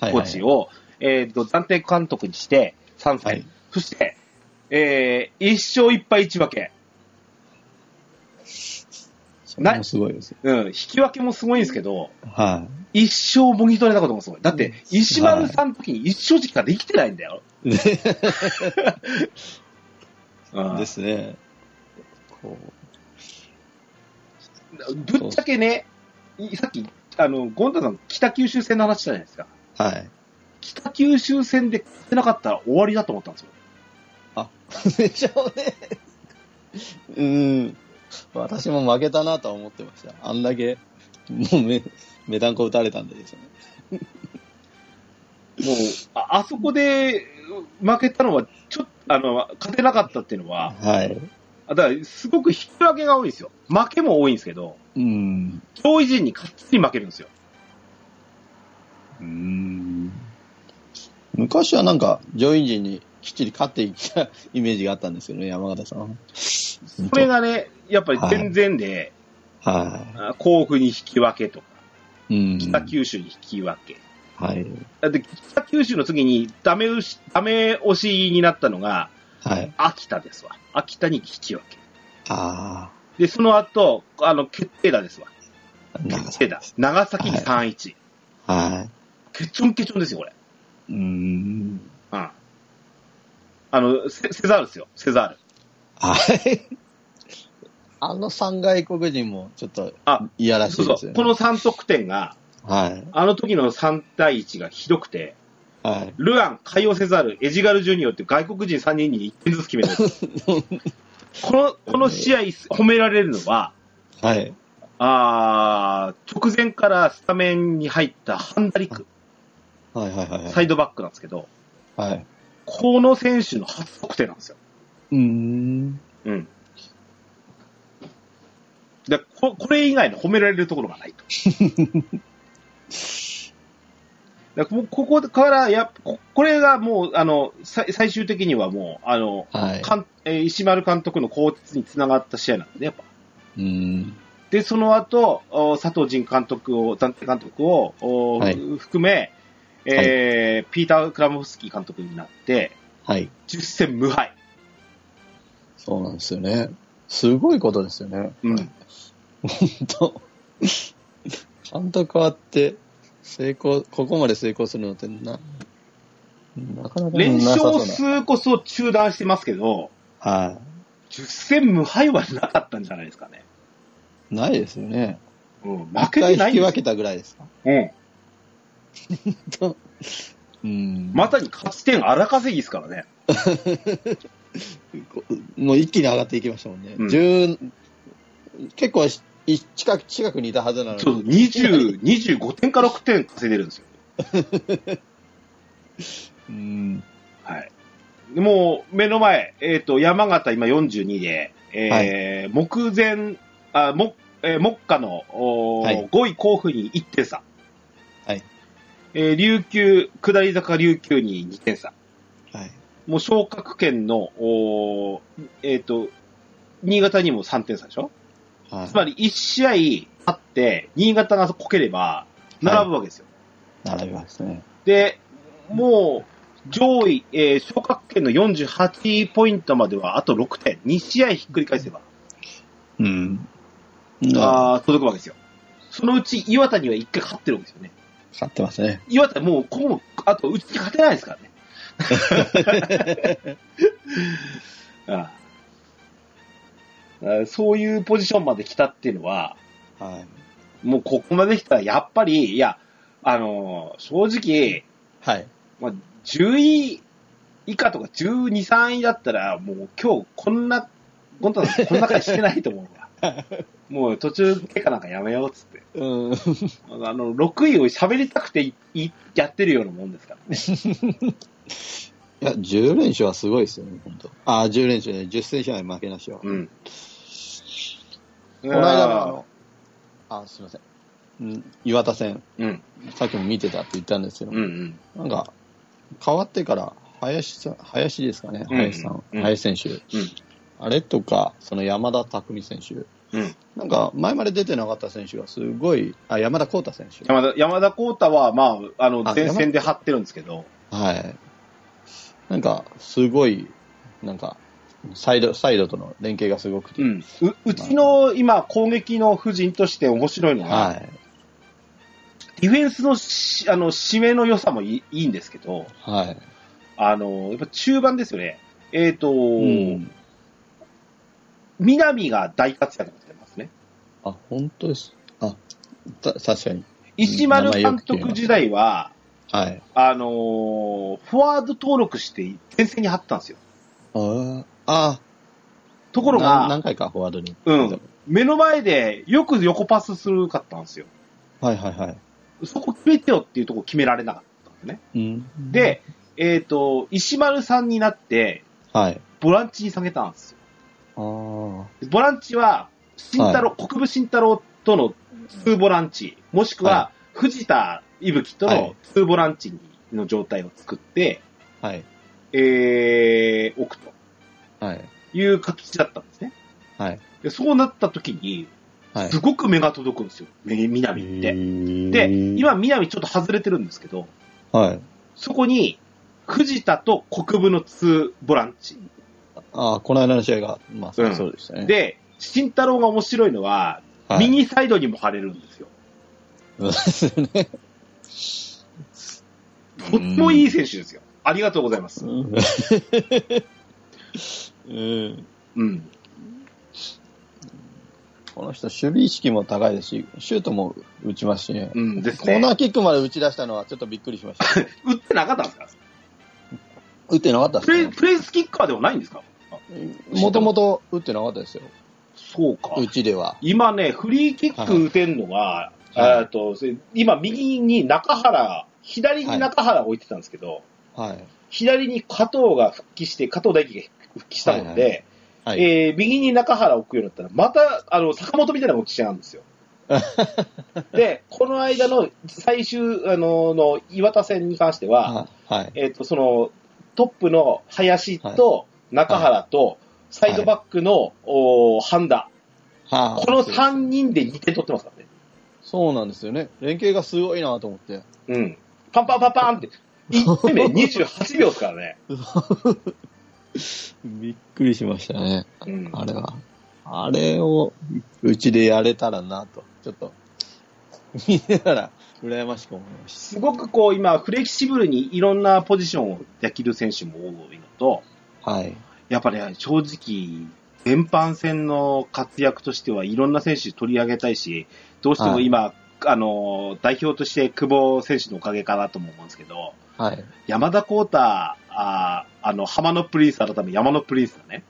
はい
コ
は
ー
い。
チを、えっ、と、暫定監督にして、3歳。
はい。
そして、えー、1勝1敗1分け。
それもすごいです。
うん、引き分けもすごいんですけど、
は
一生もぎ取れたこともすごい。だって、石丸さんの時に一生時間できてないんだよ。
い。で
うん
ですね。こ
ぶっちゃけね、いさっき、あの、ゴンタさん、北九州戦の話したじゃないですか。
う。はい。
北九州戦で勝てなかったら終わりだと思ったんですよ。
でしょうね。うん。私も負けたなとは思ってました。あんだけ、もうめ、めだんこ打たれたんでですね。
もう、ああそこで負けたのは、ちょっと、あの、勝てなかったっていうのは、
はい。
あだから、すごく引き分けが多いんですよ。負けも多いんですけど、
うん。
上位陣に勝っつり負けるんですよ。
うん。昔はなんか、上位陣にきっちり勝っていった イメージがあったんですけどね、山形さん。
それがね、やっぱり全然で、
は
あ甲府に引き分けとか、
い。うん。
北九州に引き分け。
はい。
だって北九州の次にダメ押し、ダメ押しになったのが、
はい。
秋田ですわ。秋田に基地を置け。
あ
で、その後、あの、決定打ですわ。
あ、長
決定打。長崎に3-1。
は
ケチョンケチョンですよ、これ。
い。うーん。
うん。あの、セセザールですよ、セザール。
はい。 あの三外国人もちょっと
あ、
いやらし
そ
いう
そ
で
う
すよね。
この3得点が、
はい。
あの時の3対1がひどくて、
はい。
ルアン、カイオセザール、エジガル・ジュニオっていう外国人3人に1点ずつ決めたんですこの、この試合褒められるのは、
はい。
あー直前からスタメンに入ったハンダリク、
はいはいはいは
サ
い。
イドバックなんですけど、
はい。
この選手の初得点なんですよ。
うーん。
うん。でここれ以外の褒められるところがないと。だからもうここからやっぱ、ここれがもう、あの、最最終的にはもう、あの、
はい。
かんえー石丸監督の更迭につながった試合なんでね、やっぱ。
うーん。
で、その後、お佐藤仁監督を、暫定監督を、お
はい
含め、えーピーター・クラモフスキー監督になって、
はい。
10戦無敗。
そうなんですよね。すごいことですよね。
うん。
本当。監督あって、成功、ここまで成功するのってな、なかなか
連
なさそう
勝
な。
数こそ中断してますけど、
は
10戦無敗はなかったんじゃないですかね。
い。ないですよね。
うん、負
一
け
回
てな
引
いんです
き分け
よ。
たぐらいですか。
うん。
うん。
まさに勝ち点荒稼ぎですからね。
こもう一気に上がっていきましたもんね。
うん
十結構しい近く、近くにいたはずなのに。
そう、20、25点か6点稼いでるんですよ。
うん。
はい。でもう、目の前、えっ、と、山形今42で、えー目前、あ、も、えー、目下の、おー
はい
5位甲府に1点差。
はい。
えー琉球、下り坂琉球に2点差。
はい。
もう昇格圏の、おーえっ、と、新潟にも3点差でしょ
はい
つまり1試合勝って、新潟がこければ、並ぶわけですよ。
並びますね。
で、もう、上位、えー昇格圏の48ポイントまではあと6点、2試合ひっくり返せば、
うん。ああ、
あー届くわけですよ。そのうち岩田には1回勝ってるわけですよね。
勝ってますね。
岩田もう、ここも、あとうちに勝てないですからね。あーあーそういうポジションまで来たっていうのは、
はい。
もうここまで来たらやっぱり、いや、あのー正直、
はい。
まあ、10位以下とか12、3位だったら、もう今日こんな、ゴンタさんこんな回してないと思うわ。 もう途中経過なんかやめようっつって。
うん。
あの、6位を喋りたくていいやってるようなもんですからね。
いや、10連勝はすごいですよね、本当。ああ、10連勝で、10戦試合負けなしは。こ
うん。
の間のあの、あ、すいません。うん、岩田戦、
うん、
さっきも見てたって言ったんですけど、
うん、うん。
なんか、変わってから、林さん、林ですかね、
うん
林さん、
うん
林選手、
うん
あれとか、その山田匠選手、
うん
なんか、前まで出てなかった選手がすごい、あ、山田光太選手。
山田、山田光太は、まあ、あの、
あ
前線で張ってるんですけど、
はい。なんか、すごい、なんか、サイド、サイドとの連携がすごくて、
うん。う、うちの今、攻撃の布陣として面白いのは、
はい。
ディフェンスのし、あの、締めの良さもいいいいんですけど、
はい。
あの、やっぱ中盤ですよね。えっ、と、
うん
南が大活躍してますね。
あ、本当です。あ、た確かに。
石丸監督時代は、
はい。
あのーフォワード登録して前線に張ってたんですよ。
あーあ
と
ー、
ころ
な
が、
何回かフォワードに。
うん目の前でよく横パスするかったんですよ。
はいはいはい。
そこ決めてよっていうとこ決められなかったんですね。
うん、
で、えっ、と、石丸さんになって、
はい。
ボランチに下げたんですよ。
ああ。
ボランチは、慎太郎、国分慎太郎との2ボランチ、もしくは
は
藤田伊吹と
は
の
い
2ボランチにの状態を作って、
はい。
えー、置くと
はい。
いう形だったんですね。
はい。
でそうなった時に、
はい
す。ごく目が届くんですよ、み南って。で、今、南ちょっと外れてるんですけど、
はい。
そこに、藤田と国分の2ボランチ
ああ、この間の試合が、まあ、そううんそうでしたね。
で、慎太郎が面白いのは、
はい、
右サイドにも貼れるんですよ。
そうですよね。
とってもいい選手ですよ。ありがとうございます。
うん
うん。
この人、守備意識も高いですし、シュートも打ちますしね。
うんです
コーナ
ね。
ーキックまで打ち出したのはちょっとびっくりしました。
打ってなかったんですか
打ってなかった
プレイ
で
プレイスキッカーではないんですか
すね。もともと打ってなかったですよ。
そうか。
うちでは。
今ね、フリーキック打てるのが、
はい
えーとそれ今右に中原、左に中原を置いてたんですけど、
はい。
左に加藤が復帰して、加藤大輝が復帰したので、
はいはい。
えー右に中原を置くようになったら、また、あの、坂本みたいな落ちちゃうん ですよ。で、この間の最終、あの、の岩田戦に関しては、
ははい。
えっ、と、その、トップの林と中原と、サイドバックの、おーハンダ。
はあ
この3人で2点取ってますからね。
そうなんですよね。連携がすごいなと思って。
うん。パンパンパンパンって。1点目28秒ですからね。
びっくりしましたね。
うん。
あれは。あれを、うちでやれたらなと。ちょっと、見ながら、羨ましく思いまし
すごくこう、今、フレキシブルにいろんなポジションをできる選手も多いのと、
た。はい。
やっぱね、正直、全般戦の活躍としてはいろんな選手取り上げたいし、どうしても今、あの、代表として久保選手のおかげかなとも思うんですけど、
はい。
山田コーター、あーあの、浜のプリンス、改め山のプリンスだね。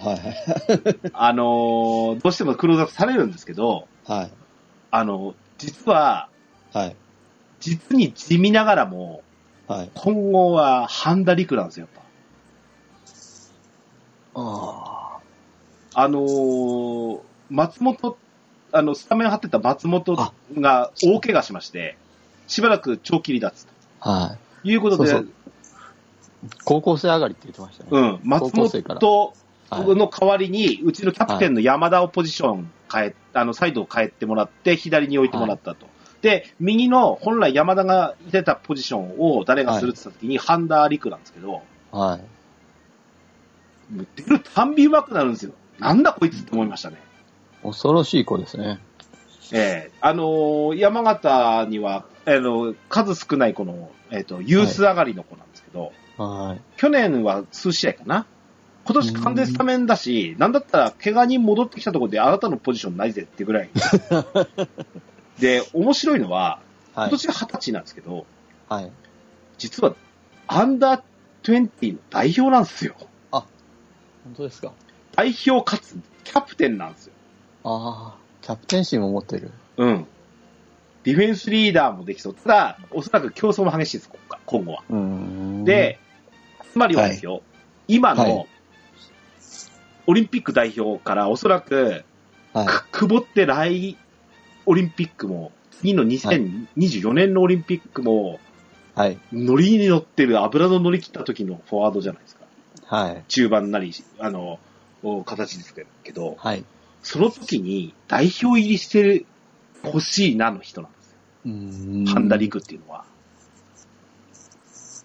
はい。
あのーどうしてもクローズアップされるんですけど、
はい。
あの、実は、
はい。
実に地味ながらも、
はい。
今後はハンダリクなんですよ、やっ
あ
ぱ。あのー松本、あの、スタメン張ってた松本が大怪我しまして、しばらく長期離脱と
あ。はい。
いうことで、
そうそう高校生上がりって言ってましたね。
うん、松
高校生から
本
はい。
の代わりに、うちのキャプテンの山田をポジション変え、あの、サイドを変えてもらって、左に置いてもらったと。で、右の本来山田がいてたポジションを誰がするって言った時に、ハンダーリクなんですけど、も
はいう
出るたんび上手くなるんですよ。なんだこいつって思いましたね。
恐ろしい子ですね。
ええあのー山形には、あの数少ないこの、えっ、と、ユース上がりの子なんですけど、
はい。
去年は数試合かな。今年完全スタメンだし、なんだったら怪我に戻ってきたところであなたのポジションないぜってぐらい。で、面白いのは、今
はい。
年二十歳なんですけど、
はい。
実はアンダー20の代表なんですよ。
本当ですか
代表かつキャプテンなんですよ。
ああ。キャプテンシーも持ってる。
うん。ディフェンスリーダーもできそう。ただ、おそらく競争も激しいです、ここか今後は。
うん
で、、つまりはですよ、今の、
はい
オリンピック代表からおそらく、
はい。
く久保って来オリンピックも、次の2024年のオリンピックも、
はい。
乗りに乗ってる、油の乗り切った時のフォワードじゃないですか。
はい。
中盤なり、あの、お形ですけど、
はい。
その時に代表入りしてる、欲しいなの人なんですよ。
うん
ハンダリクっていうのは。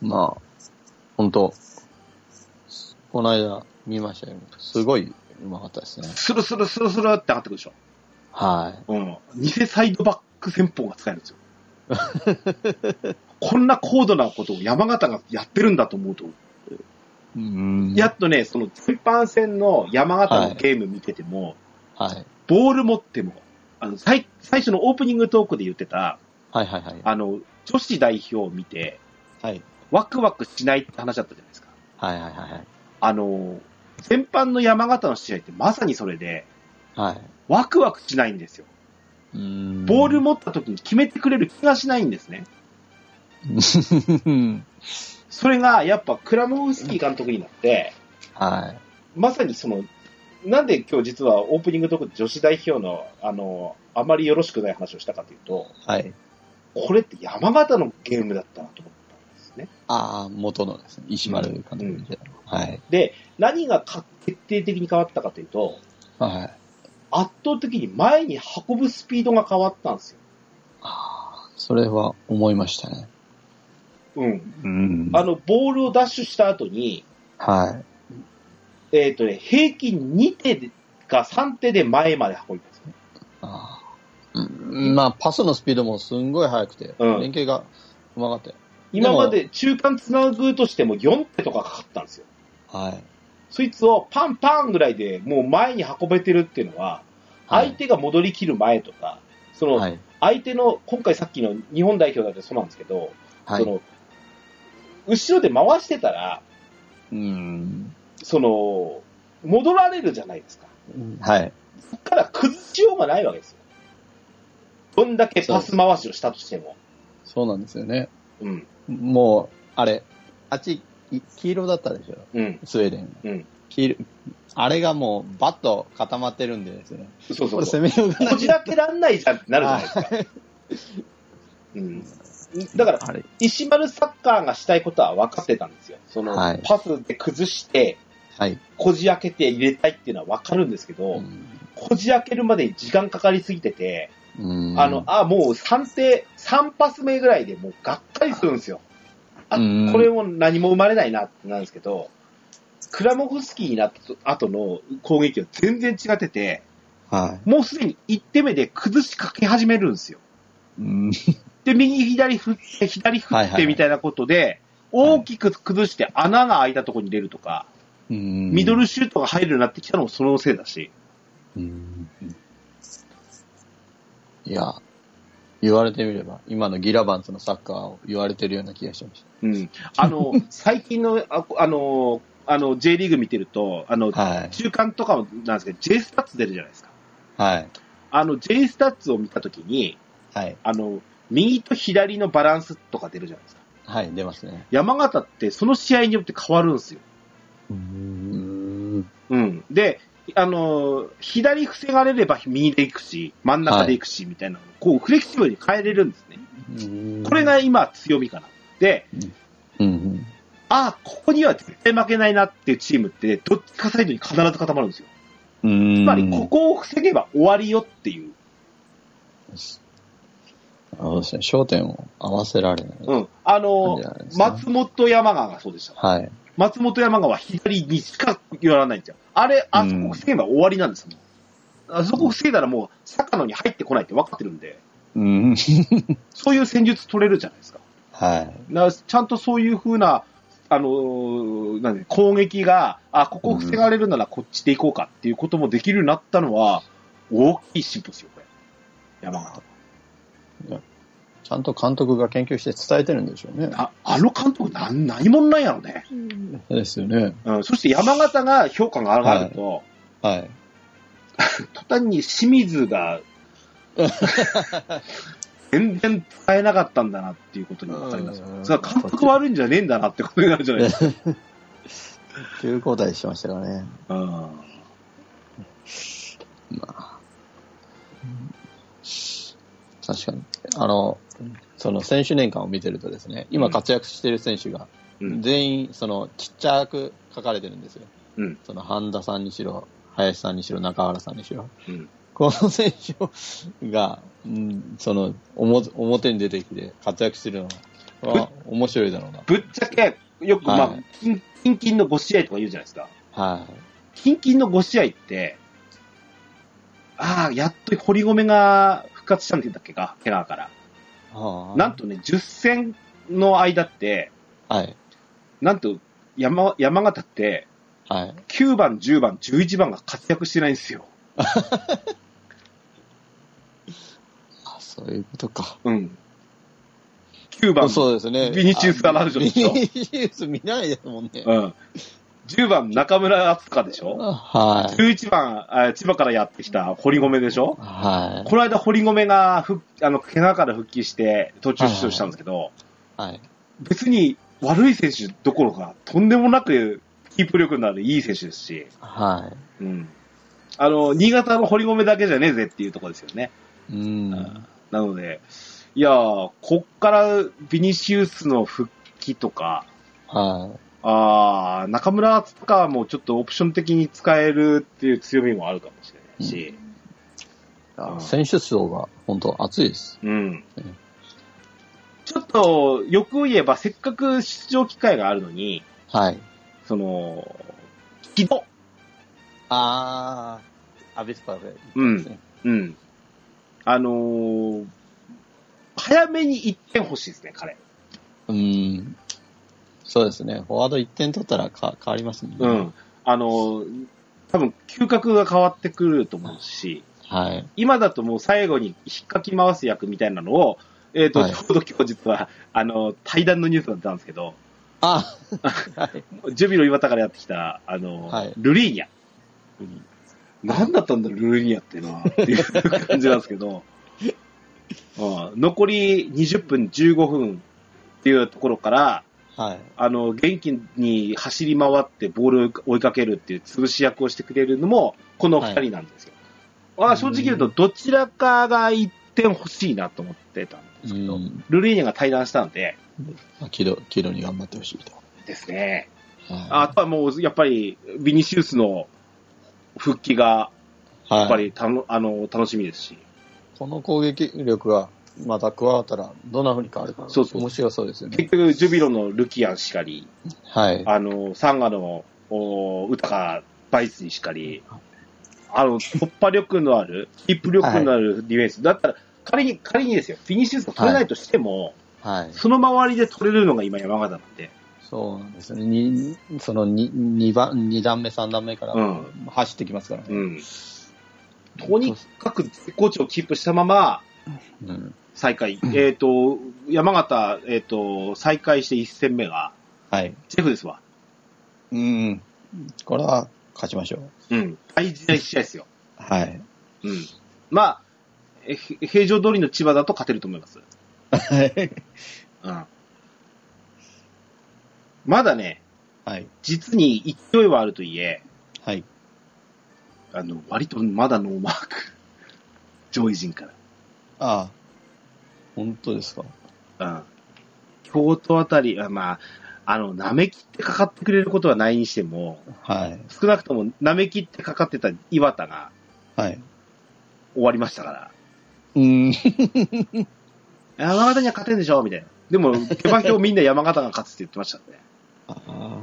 まあ、本当この間見ましたよ。すごいうまかったですね。
スルスルスルスルって上がってくるでしょ。
はい。
うん。偽サイドバック戦法が使えるんですよ。 こんな高度なことを山形がやってるんだと思うと、
うん
やっとね、その全般戦の山形のゲーム見てても、
はい。
ボール持っても、あの最最初のオープニングトークで言ってた、
はいはいはい。
あの、女子代表を見て、
はい。
ワクワクしないって話だったじゃないですか。
はいはいはい。
あの、全般の山形の試合ってまさにそれで、
はい。
ワクワクしないんですよ。
うん
ボー ル持った時に決めてくれる気がしないんですね。それが、やっぱ、クラノウスキー監督になって、
はい。
まさにその、なんで今日実はオープニングトークで女子代表の、あの、あまりよろしくない話をしたかというと、
はい。
これって山形のゲームだったなと思ったんですね。
ああ、元のですね。石丸監督で。はい。
で、何がか決定的に変わったかというと、
はい。
圧倒的に前に運ぶスピードが変わったんですよ。
あーそれは思いましたね。
うん。
うん
あの、ボールをダッシュした後に、
はい。
えっ、とね、平均2手か3手で前まで運びますね。
ああうんまあ、パスのスピードもすんごい速くて、
うん
連携がうまかったよ。
今まで中間つなぐとしても4手とかかかったんですよ。
はい。
そいつをパンパンぐらいでもう前に運べてるっていうのは、
はい
相手が戻りきる前とか、その
はい。
相手の、今回さっきの日本代表だってそうなんですけど、
は
そ
い。
の後ろで回してたら、
うん。
その戻られるじゃないですか。
はい。
そこから崩しようがないわけですよ。どんだけパス回しをしたとしても。
そうなんですよね。
うん、
もう、あれ、あっち、い黄色だったでしょ、
うん、
スウェーデン。
うん。
黄色、あれがもう、バッと固まってるんでですね。
そう
こ
そ
れ
うそう。
攻めようがない。
こじらけらんないじゃんってなるじゃないですか。うん、だから、
あれ、
石丸サッカーがしたいことは分かってたんですよ。その、
はい
パスで崩して、
はい。
こじ開けて入れたいっていうのは分かるんですけど、こじ開けるまでに時間かかりすぎてて、
うん
あの、、あ、もう3手、3パス目ぐらいでもうがっかりするんですよ。あ、
うん
これも何も生まれないなってなるんですけど、クラモフスキーになった後の攻撃は全然違ってて、
は
もうすでに1手目で崩しかけ始めるんですよ。
い。うん。
で、右左振って、左振
はい
っ
はいは
て
い
みたいなことで、大きく崩して穴が開いたところに入れるとか、ミ
ミ
ドルシュートが入るようになってきたのもそのせいだし、
いや、言われてみれば、今のギラバンツのサッカーを言われてるような気がしまし
うん。あ の、最近の、ああの、あの、J リーグ見てると、あの、
た。はい。
中間とかもなんですけど、J スタッツ出るじゃないですか。
はい。
あの、J スタッツを見たときに、
はい。
あの、右と左のバランスとか出るじゃないですか。
はい、出ますね。
山形ってその試合によって変わるんですよ。
うん。
うん。で、あのー、左防がれれば右で行くし、真ん中で行くし、みたいな、こう、フレキシブルに変えれるんですね。これ、が今強みかな。で、
うん。
ああ、ここには絶対負けないなっていうチームって、どっちかサイドに必ず固まるんですよ。
つ
つまり、ここを防げば終わりよっていう。
そうですね。焦点を合わせられない。
うん。あの
いいんじゃないで
ー、
すか
松本山川がそうでした。
はい。
松本山川は左にしか寄らないんですよ。あれ、あそこ防げば終わりなんですよ。あそこ防いだらもう、坂野に入ってこないって分かってるんで、
うん。
そういう戦術取れるじゃないですか。
はい。
なちゃんとそういう風な、あのーなんで攻撃が、あ、ここ防がれるならこっちで行こうかっていうこともできるようになったのは、大きい進歩ですよ、これ。山形。
ちゃんと監督が研究して伝えてるんでしょうね。
ああの監督なん、何者なんやろね。
そうですよね。
うん、そして山形が評価が上がると、
はい。
途端に清水が、 全然使えなかったんだなっていうことに分かりますよ
う。ん
それは監督悪いんじゃねえんだなってことになるじゃないですか。
急交代しましたからね。
うん
確かに。あの、その選手年間を見てるとですね、今活躍している選手が、
うん
全員、その、ちっちゃく書かれてるんですよ。
うん
その、半田さんにしろ、林さんにしろ、中原さんにしろ。
うん
この選手が、うん、その、おも表に出てきて活躍してるのがこれは、面白いだろうな。
ぶっちゃけ、よく、まあ
は、い
キンキンキンの5試合とか言うじゃないですか。
はい。
キンキンの5試合って、ああ、やっと堀米が復活したんだっけか、怪我から。
はあ
なんとね、10戦の間って、
はい。
なんと山山形って、
はい。
9番、10番、11番が活躍してないんですよ。
あそういうことか。
うん。9番、
そうですね。
ビニシウスがなるでしょ
あビニシウス見ないですもんね。
うん。10番、中村敦香でしょ
はい。
?11 番、あー千葉からやってきた堀米でしょ
はい。
この間、堀米が復あの怪我から復帰して、途中出場したんですけど、
はい。
別に悪い選手どころか、とんでもなくキープ力のあるいい選手ですし、
はい。
うん、あの新潟の堀米だけじゃねえぜっていうところですよね。
うん。
なので、いやー、こっからビニシウスの復帰とか、
は
あー中村敦香もちょっとオプション的に使えるっていう強みもあるかもしれないし、うん
い。選手層が本当熱いです。
うん。ちょっと、よく言えば、せっかく出場機会があるのに、
はい。
その、木戸、
ああ、アビスパで。
うん。うん。あのー早めに1点欲しいですね、彼。
うん。そうですね。フォワード1点取ったらか変わりますもんね。
うん。あのー多分嗅覚が変わってくると思うし、
はい。
今だともう最後に引っかき回す役みたいなのを、えっ、と、
はい
ちょうど今日実は、あのー対談のニュースだったんですけど、
あはい。
ジュビロ岩田からやってきた、あのー
はい
ルリーニャ。何だったんだろう、ルーニアっていうのは、っていう感じなんですけど、 うん残り20分、15分っていうところから、
はい。
あの、元気に走り回ってボールを追いかけるっていう潰し役をしてくれるのも、この二人なんですよ。
い
あ正直言うと、どちらかが1点欲しいなと思ってたんです
う
けど、
ん。
ルリーニャが対談したんで、
まあ、キロ、キロに頑張ってほしいと。
ですね。あ
は
とはもう、やっぱり、ビニシウスの復帰が、
い。
やっぱ
はい。
りたの、あの、楽しみですし。
この攻撃力がまた加わったら、どんな風に変わるか。
そうそう
面白そうですよね。
結局、ジュビロのルキアンしかり、
はい。
あの、サンガの、お歌がバイスにしかり、あの、突破力のある、キープ力のあるディフェンス。だったら、仮に、仮にですよ、フィニッシュが取れないとしても、
はい。
その周りで取れるのが今山形なんで、
そうなんですよね。に、そのに二番、二段目、三段目から
うん
走ってきますからね。
うん。とにかく絶好調をキープしたまま、
うん
再開。えっ、と、山形、えっ、と、再開して1戦目が、
はい。
ジェフですわ。
うん。これは勝ちましょう。
うん。大事な1試合ですよ。
はい。
うん。まあ、えへ平常通りの千葉だと勝てると思います。うん。まだね、
はい。
実に勢いはあるといえ、
はい。
あの、割とまだノーマーク。上位陣から。
ああ。本当ですか。
うん。京都あたり、あまあ、あの、なめきってかかってくれることはないにしても、
はい。
少なくともなめきってかかってた岩田が
はい。
終わりましたから、
うん。
山形には勝てんでしょみたいな。でも、下馬評みんな山形が勝つって言ってましたね。
ああ。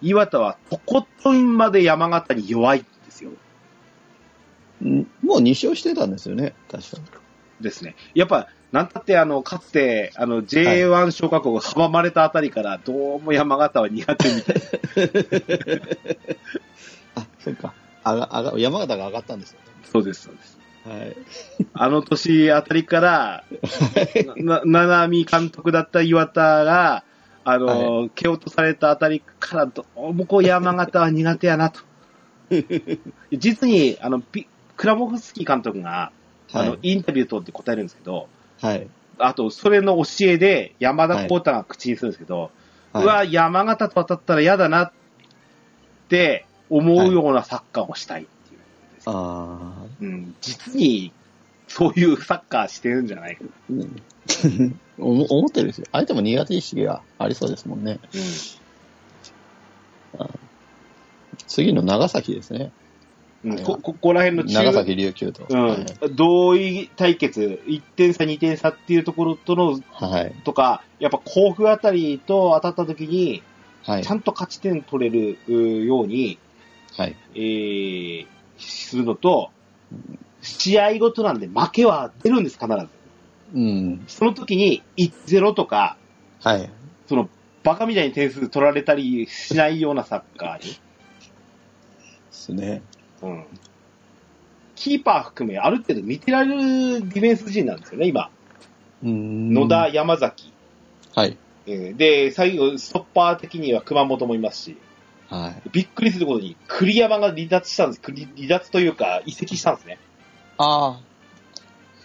岩田はとことんまで山形に弱いんですよ。
んもう2勝してたんですよね。確か。
ですね。やっぱ、なんたって、あの、かつて、あの、J1 昇格を阻まれたあたりから、どうも山形は苦手みたい。
あ、そうか。あが、あが、山形が上がったんですよ
そうです、そうです。
ね。はい。
あの年あたりから、な、ななみ監督だった岩田が、あの、蹴落とされたあたりから、どうもこう山形は苦手や なと。実に、あの、ピクラモフスキー監督が、あの、
はい。
インタビュー通って答えるんですけど、
はい。
あと、それの教えで、山田光太が口にするんですけど、
はいう
わ、山形と当たったら嫌だなって思うようなサッカーをしたいっていう、
ああ。
うん、実にそういうサッカーしてるんじゃないかな。
うん思思ってるん ですよ。相手も苦手意識がありそうですもんね。
うん、
次の長崎ですね。
うんこここら辺の
長崎琉球と。
うん、同意対決、1点差、2点差っていうところとの、
はい。
とか、やっぱ甲府あたりと当たった時に、
はい
ちゃ。んと勝ち点取れるうーように、
はい。
えー、するのと、試合ごとなんで負けは出るんです、必ず。
うん。
その時に1-0とか、
はい。
その、バカみたいに点数取られたりしないようなサッカーに。
ですね。
うん。キーパー含め、ある程度見てられるディフェンス陣なんですよね、今。
うん
野田、。山崎。
はい。
えーで、最後、ストッパー的には熊本もいますし、
はい。
びっくりすることに、栗山が離脱したんです。栗離脱というか、移籍したんですね。
ああ。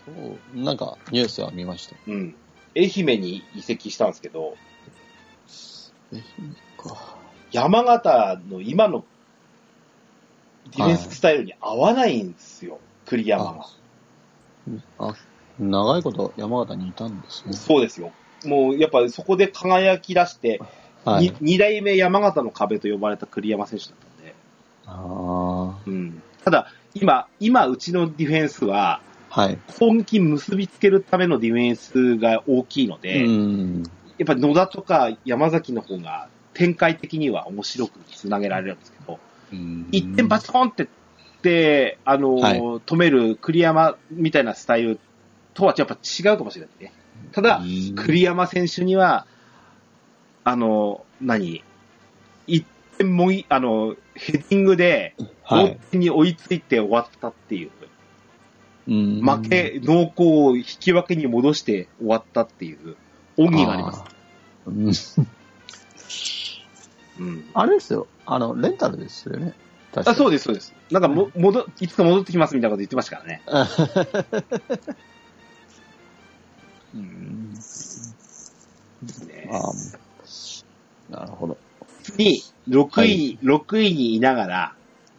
そう。なんか、ニュースは見ました。
うん。愛媛に移籍したんですけど、
愛媛か。
山形の今のディフェンススタイルに合わないんですよ、栗山が。
あ、長いこと山形にいたんですね。
そうですよ。もう、やっぱりそこで輝き出して、
は
に
い。
二代目山形の壁と呼ばれた栗山選手だったんで、
あ
うん、ただ、今、今、うちのディフェンスは、
あ。はい。
攻撃結びつけるためのディフェンスが大きいので、や
うん。
っぱり野田とか山崎の方が展開的には面白くつなげられるんですけど、一点バチコンって、って、あのー
はい
止める栗山みたいなスタイルとはやっぱ違うかもしれないね。ただ、
うん
栗山選手には、あのー何一点もい、あのーヘディングで、
は
同
い。
点に追いついて終わったっていう。
負
負け、濃厚を引き分けに戻して終わったっていう、恩義があります。
ます。
うん。
あれですよ。あの、レンタルですよね。確か
あそうです、そうです。なんかも、戻、いつか戻ってきますみたいなこと言ってましたからね。
うん
ね
あなるほど。
次、6
は
位、
い
6位にいながら、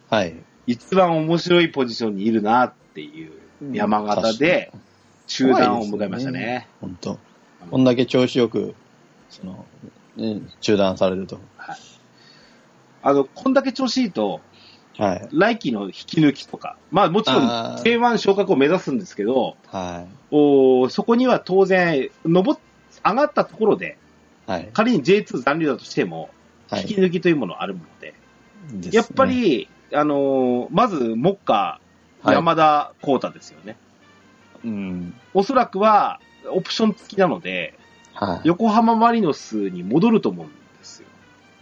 はい。
一番面白いポジションにいるなっていう
うん
山形で、中断を迎えましたね。
本当こんだけ調子よく、その、ね、中断されると。
あの、こんだけ調子いいと、
はい。
来季の引き抜きとか、まあもちろん
あー
K1 昇格を目指すんですけど、
は
おーそこには当然、上っ上がったところで、
い。はい。
仮に J2 残留だとしても、
は
引き
い。
抜きというものはあるもので、
ですね
やっぱ、り、あのーまず、目下、
はい
山田光太ですよね。
うん。
おそらくは、オプション付きなので、
はい。
横浜マリノスに戻ると思うんですよ。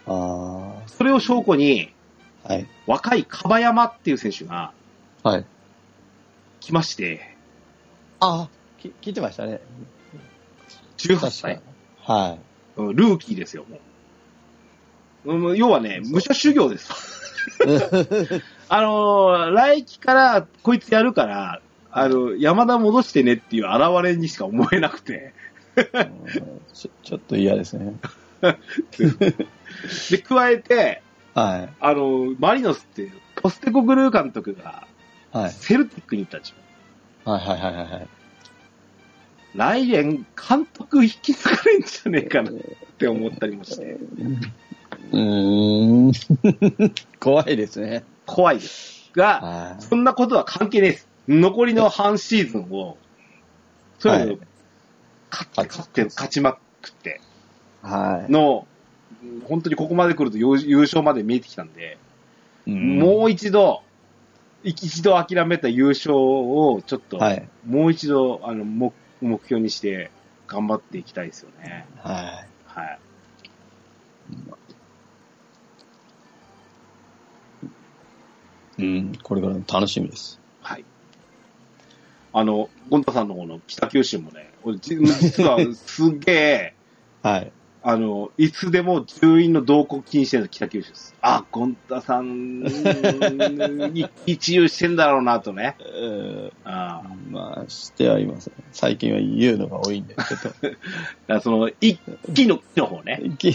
ああ。
それを証拠に、
はい。
若い樺山っていう選手が
はい。
来まして、
ああ、き聞いてましたね。
18
確かに
歳。。
は
うんルーキーですよ、もう。うん要はね、武者修行です。 あのー来季からこいつやるから、あの、山田戻してねっていう現れにしか思えなくて。
い。うんちょちょっと嫌ですね。
で、加えて、
は
あのーマリノスって、ポステコグルー監督が、
い。はい。
セルティックに行ったんですよ。
はいはいはいはいはい。
来年、監督引き継がれんじゃねえかなって思ったりもして、
うーん。 怖いですね。
怖いです。が、
は
そんなことは関係ないです。残りの半シーズンを、とにか
はい
く、勝って、勝って、勝ちまくって、
い。は
の、本当にここまで来ると優優勝まで見えてきたんで、
い。
もう一度、一度諦めた優勝をちょっと、
はい。
もう一度、あの、目目標にして頑張っていきたいですよね。
はい。
はい。
うん、これからも楽しみです。
はい。あの、ゴンタさんの方の北九州もね、俺じ 実はすげえ、
はい。
あの、いつでも住院の同行禁止してるの北九州です。あ、ゴンタさんに 一遊してんだろうなとね。
えー
あー
まあ、してはいません。最近は言うのが多いんで、ちょっと。
だからその、一気の木の方ね。
き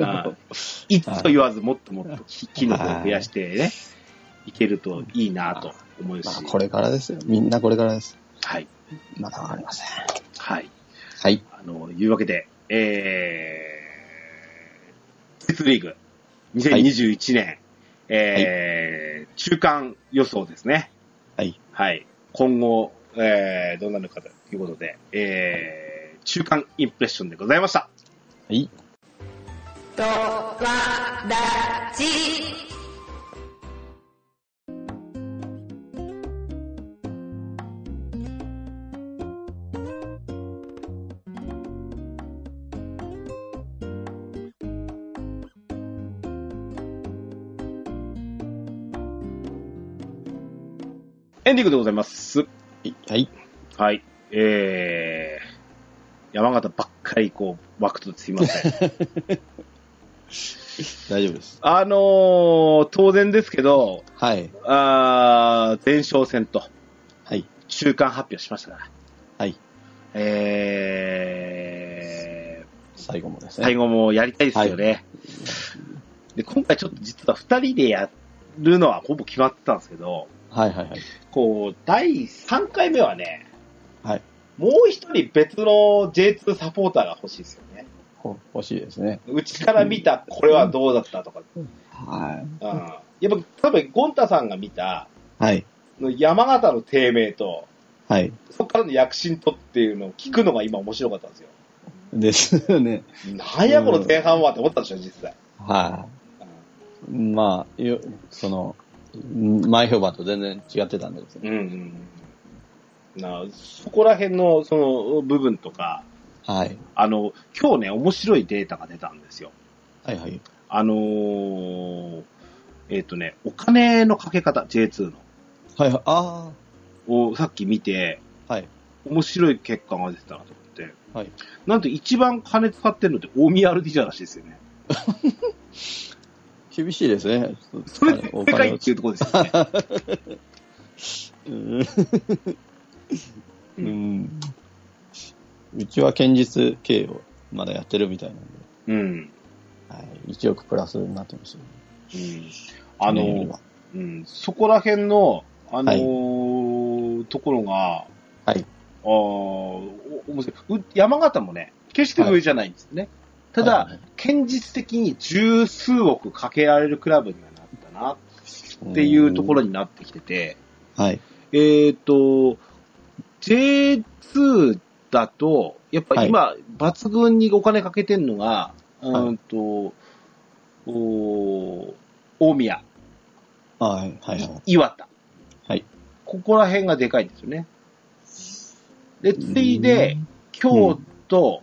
あ ー一と言わずもっともっと木の方を増やしてね、いけるといいなと思うし
ま。あ、これからですよ。みんなこれからです。
はい。
まだわかりません。
はい。
はい。
あの、いうわけで、えー、鉄リーグ、2021年、えー中間予想ですね。
はい。
はい。今後、えー、どうなるかということで、えー、中間インプレッションでございました。
はい。
とわらじ
エンディングでございます。
はい。
はい。えー、山形ばっかりこう、湧くとすいません。
大丈夫です。
あのー、当然ですけど、
はい。
あー前哨戦と
はい。
中間発表しましたから。
はい。
え
最後もです
ー、
ね。
最後もやりたいですよね。で、今回ちょっと実は2人でやるのはほぼ決まってたんですけど、
はいはいはい。
こう、第3回目はね、
はい。
もう一人別の J2 サポーターが欲しいですよね。
ほ欲しいですね。
うちから見たこれはどうだったとか。
は
うん、やっぱ多分ゴンタさんが見た
い。はい。
山形の低迷と、
はい。
そこからの躍進とっていうのを聞くのが今面白かったんですよ。
ですよね。
なんやこの前半はって思ったでしょ、実際。
は
うん
い。まあ、よその、前評判と全然違ってたんですよ。
うんうん。なそこら辺のその部分とか、
はい。
あの、今日ね、面白いデータが出たんですよ。
はいはい。
あのーえっ、とね、お金のかけ方、J2 の、
はいはい。あ
をさっき見て、
あ、はい。
面白い結果が出てたなと思って、
はい。
なんと一番金使ってるのって大宮 RD じゃらしいですよね。
厳しいですね。
それで世界っていうところですよね。
うんうん。うちは堅実経営をまだやってるみたいなんで、
うん。
はい、1億プラスになってますよ
うんあの
年利は
うん、そこら辺の、あのーところが、
はい。
あーお面白いう山形もね、決して上じゃないんですよね。ただ、
はい
堅実的に十数億かけられるクラブにはなったなっていうところになってきてて、
はい。
えっ、と、J2 だと、やっぱ今、抜群にお金かけてんのが、うーんと、おー大宮、
はい。はい。はい。
岩田。
はい。
ここら辺がでかいんですよね。で、ついで、京都、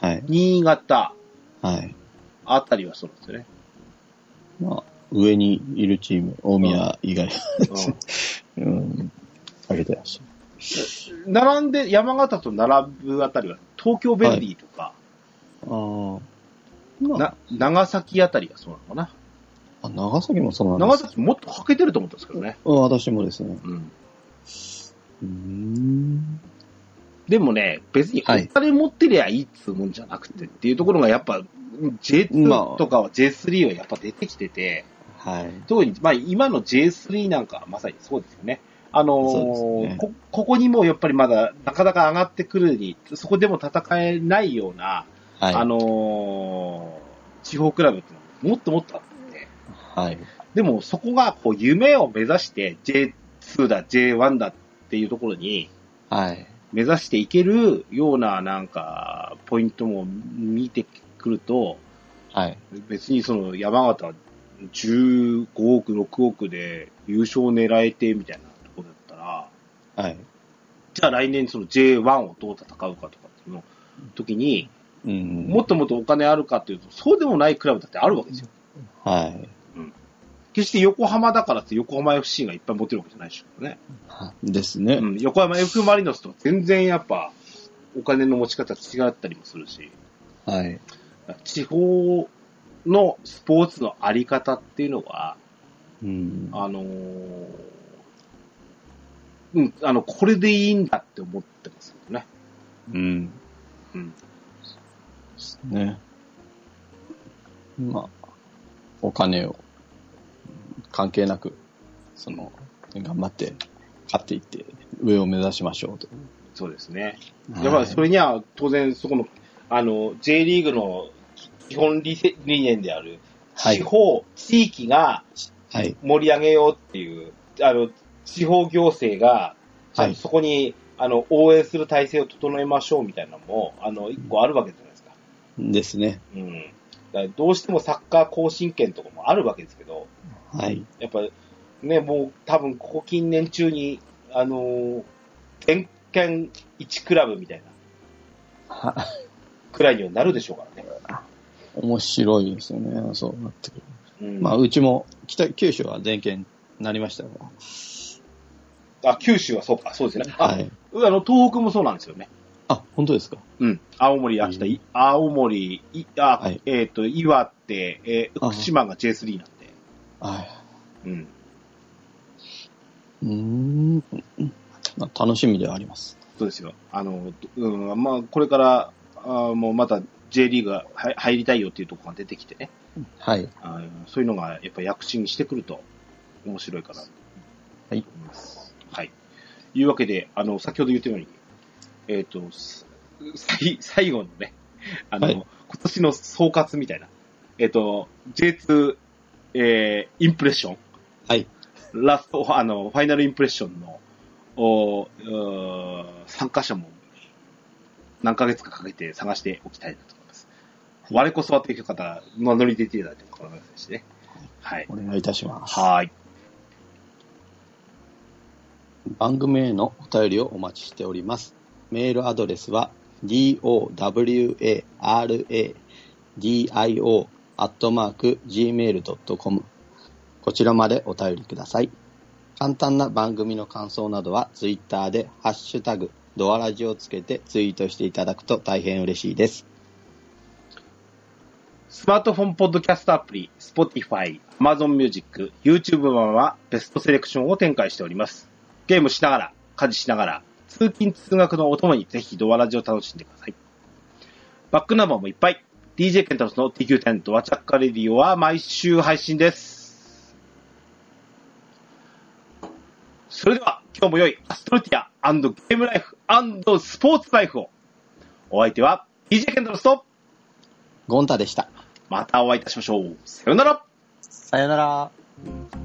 はい。
新潟
はい。
あたりはそうなんですよね。
まあ、上にいるチーム、大宮以外、 うん、上げてらっしゃ
う
る。
ん並んで、山形と並ぶあたりは、東京ベルディとか、
ああ。まあ
な、長崎あたりがそうなのか
あ、長崎もそう
な。
な
長
んです
崎もっと欠けてると思ったんですけどね。
うん私もですね。
うん。
うーん。
でもね、別にお金持ってりゃいいっつうもんじゃなくてっていうところがやっぱ、
ま
J2
あ
とかは J3 はやっぱ出てきてて、
はい。
特に、まあ、今の J3 なんかはまさにそうですよね。あのー
そうですね
こ、ここにもやっぱりまだなかなか上がってくるに、そこでも戦えないような、
はい。
あ、のー地方クラブってのはもっともっとあって、
はい。
でもそこがこう夢を目指して J2 だ、J1 だっていうところに
はい。
目指していけるようななんかポイントも見てくると、
はい。
別にその山形は15億、6億で優勝を狙えてみたいなところだったら、
はい。
じゃあ来年その J1 をどう戦うかとかっていうの時に、
うん。
もっともっとお金あるかっていうと、そうでもないクラブだってあるわけですよ。
はい。
決して横浜だからって横浜 FC がいっぱい持ってるわけじゃないでしょうね。
はですね。
うん、横浜 F ・マリノスとは全然やっぱお金の持ち方違ったりもするし、
はい。
地方のスポーツのあり方っていうのは、
うん。
あのーうん、あの、これでいいんだって思ってますけどね。
うん。
うん。
ですね。まあ、お金を関係なく、その、頑張って、勝っていって、上を目指しましょうと。
そうですね。やっぱりそれには、当然そこの、あの、J リーグの基本理せ理念である、
はい
地方、地域が
はい。
盛り上げようっていう、あの、地方行政が、
はい
そこに、あの、応援する体制を整えましょうみたいなのも、あの、一個あるわけじゃないですか。
ですね。
うん。だからどうしてもサッカー更新権とかもあるわけですけど、
はい。
やっぱね、もう多分ここ近年中に、あのー全県1クラブみたいな
は
くらいにはなるでしょうからね。
面白いですよね。そうなってくる。
うん、
まあ、うちも、北、九州は全県になりましたよ。
あ、九州はそうか、そうですよね。あ、
はい。
あの、東北もそうなんですよね。
あ、本当ですか
うん。青森、秋田、
うん
青森、いあ、
はい
えっ、と、岩手、えー
あ
福島が J3 なんで。
はい。
うん。
うーん、まあ楽しみではあります。
そうですよ。あの、うん、まあ、これから、あーもうまた J リーグが入入りたいよっていうところが出てきてね。
はい。
あーそういうのがやっぱ躍進してくると面白いかなと
はい
思います。はい。いうわけで、あの、先ほど言ったように、えっ、と、す最最後のね、あの、
はい
今年の総括みたいな、えっ、と、J2、えー、インプレッション、
はい。
ラスト、あの、ファイナルインプレッションの、おうー参加者も何ヶ月かかけて探しておきたいなと思います。我こそはという方、名乗り出ていただいても構いませんしね。はい
お。願いいたします。
はーい。
番組へのお便りをお待ちしております。メールアドレスは dowaradi.gmail.com こちらまでお便りください。簡単な番組の感想などはツイッターでハッシュタグドアラジをつけてツイートしていただくと大変嬉しいです。
スマートフォンポッドキャストアプリ、Spotify、Amazon Music、YouTube 版はベストセレクションを展開しております。ゲームしながら、家事しながら、通勤通学のお供にぜひドアラジを楽しんでください。バックナンバーもいっぱい。DJ ケンタロスの TQ10 ドアチャッカレディオは毎週配信です。それでは、今日も良いアストロティアゲームライフスポーツライフを。お相手は DJ ケンタロスと
ゴンタでした。
またお会いいたしましょう。さようなら
さよなら。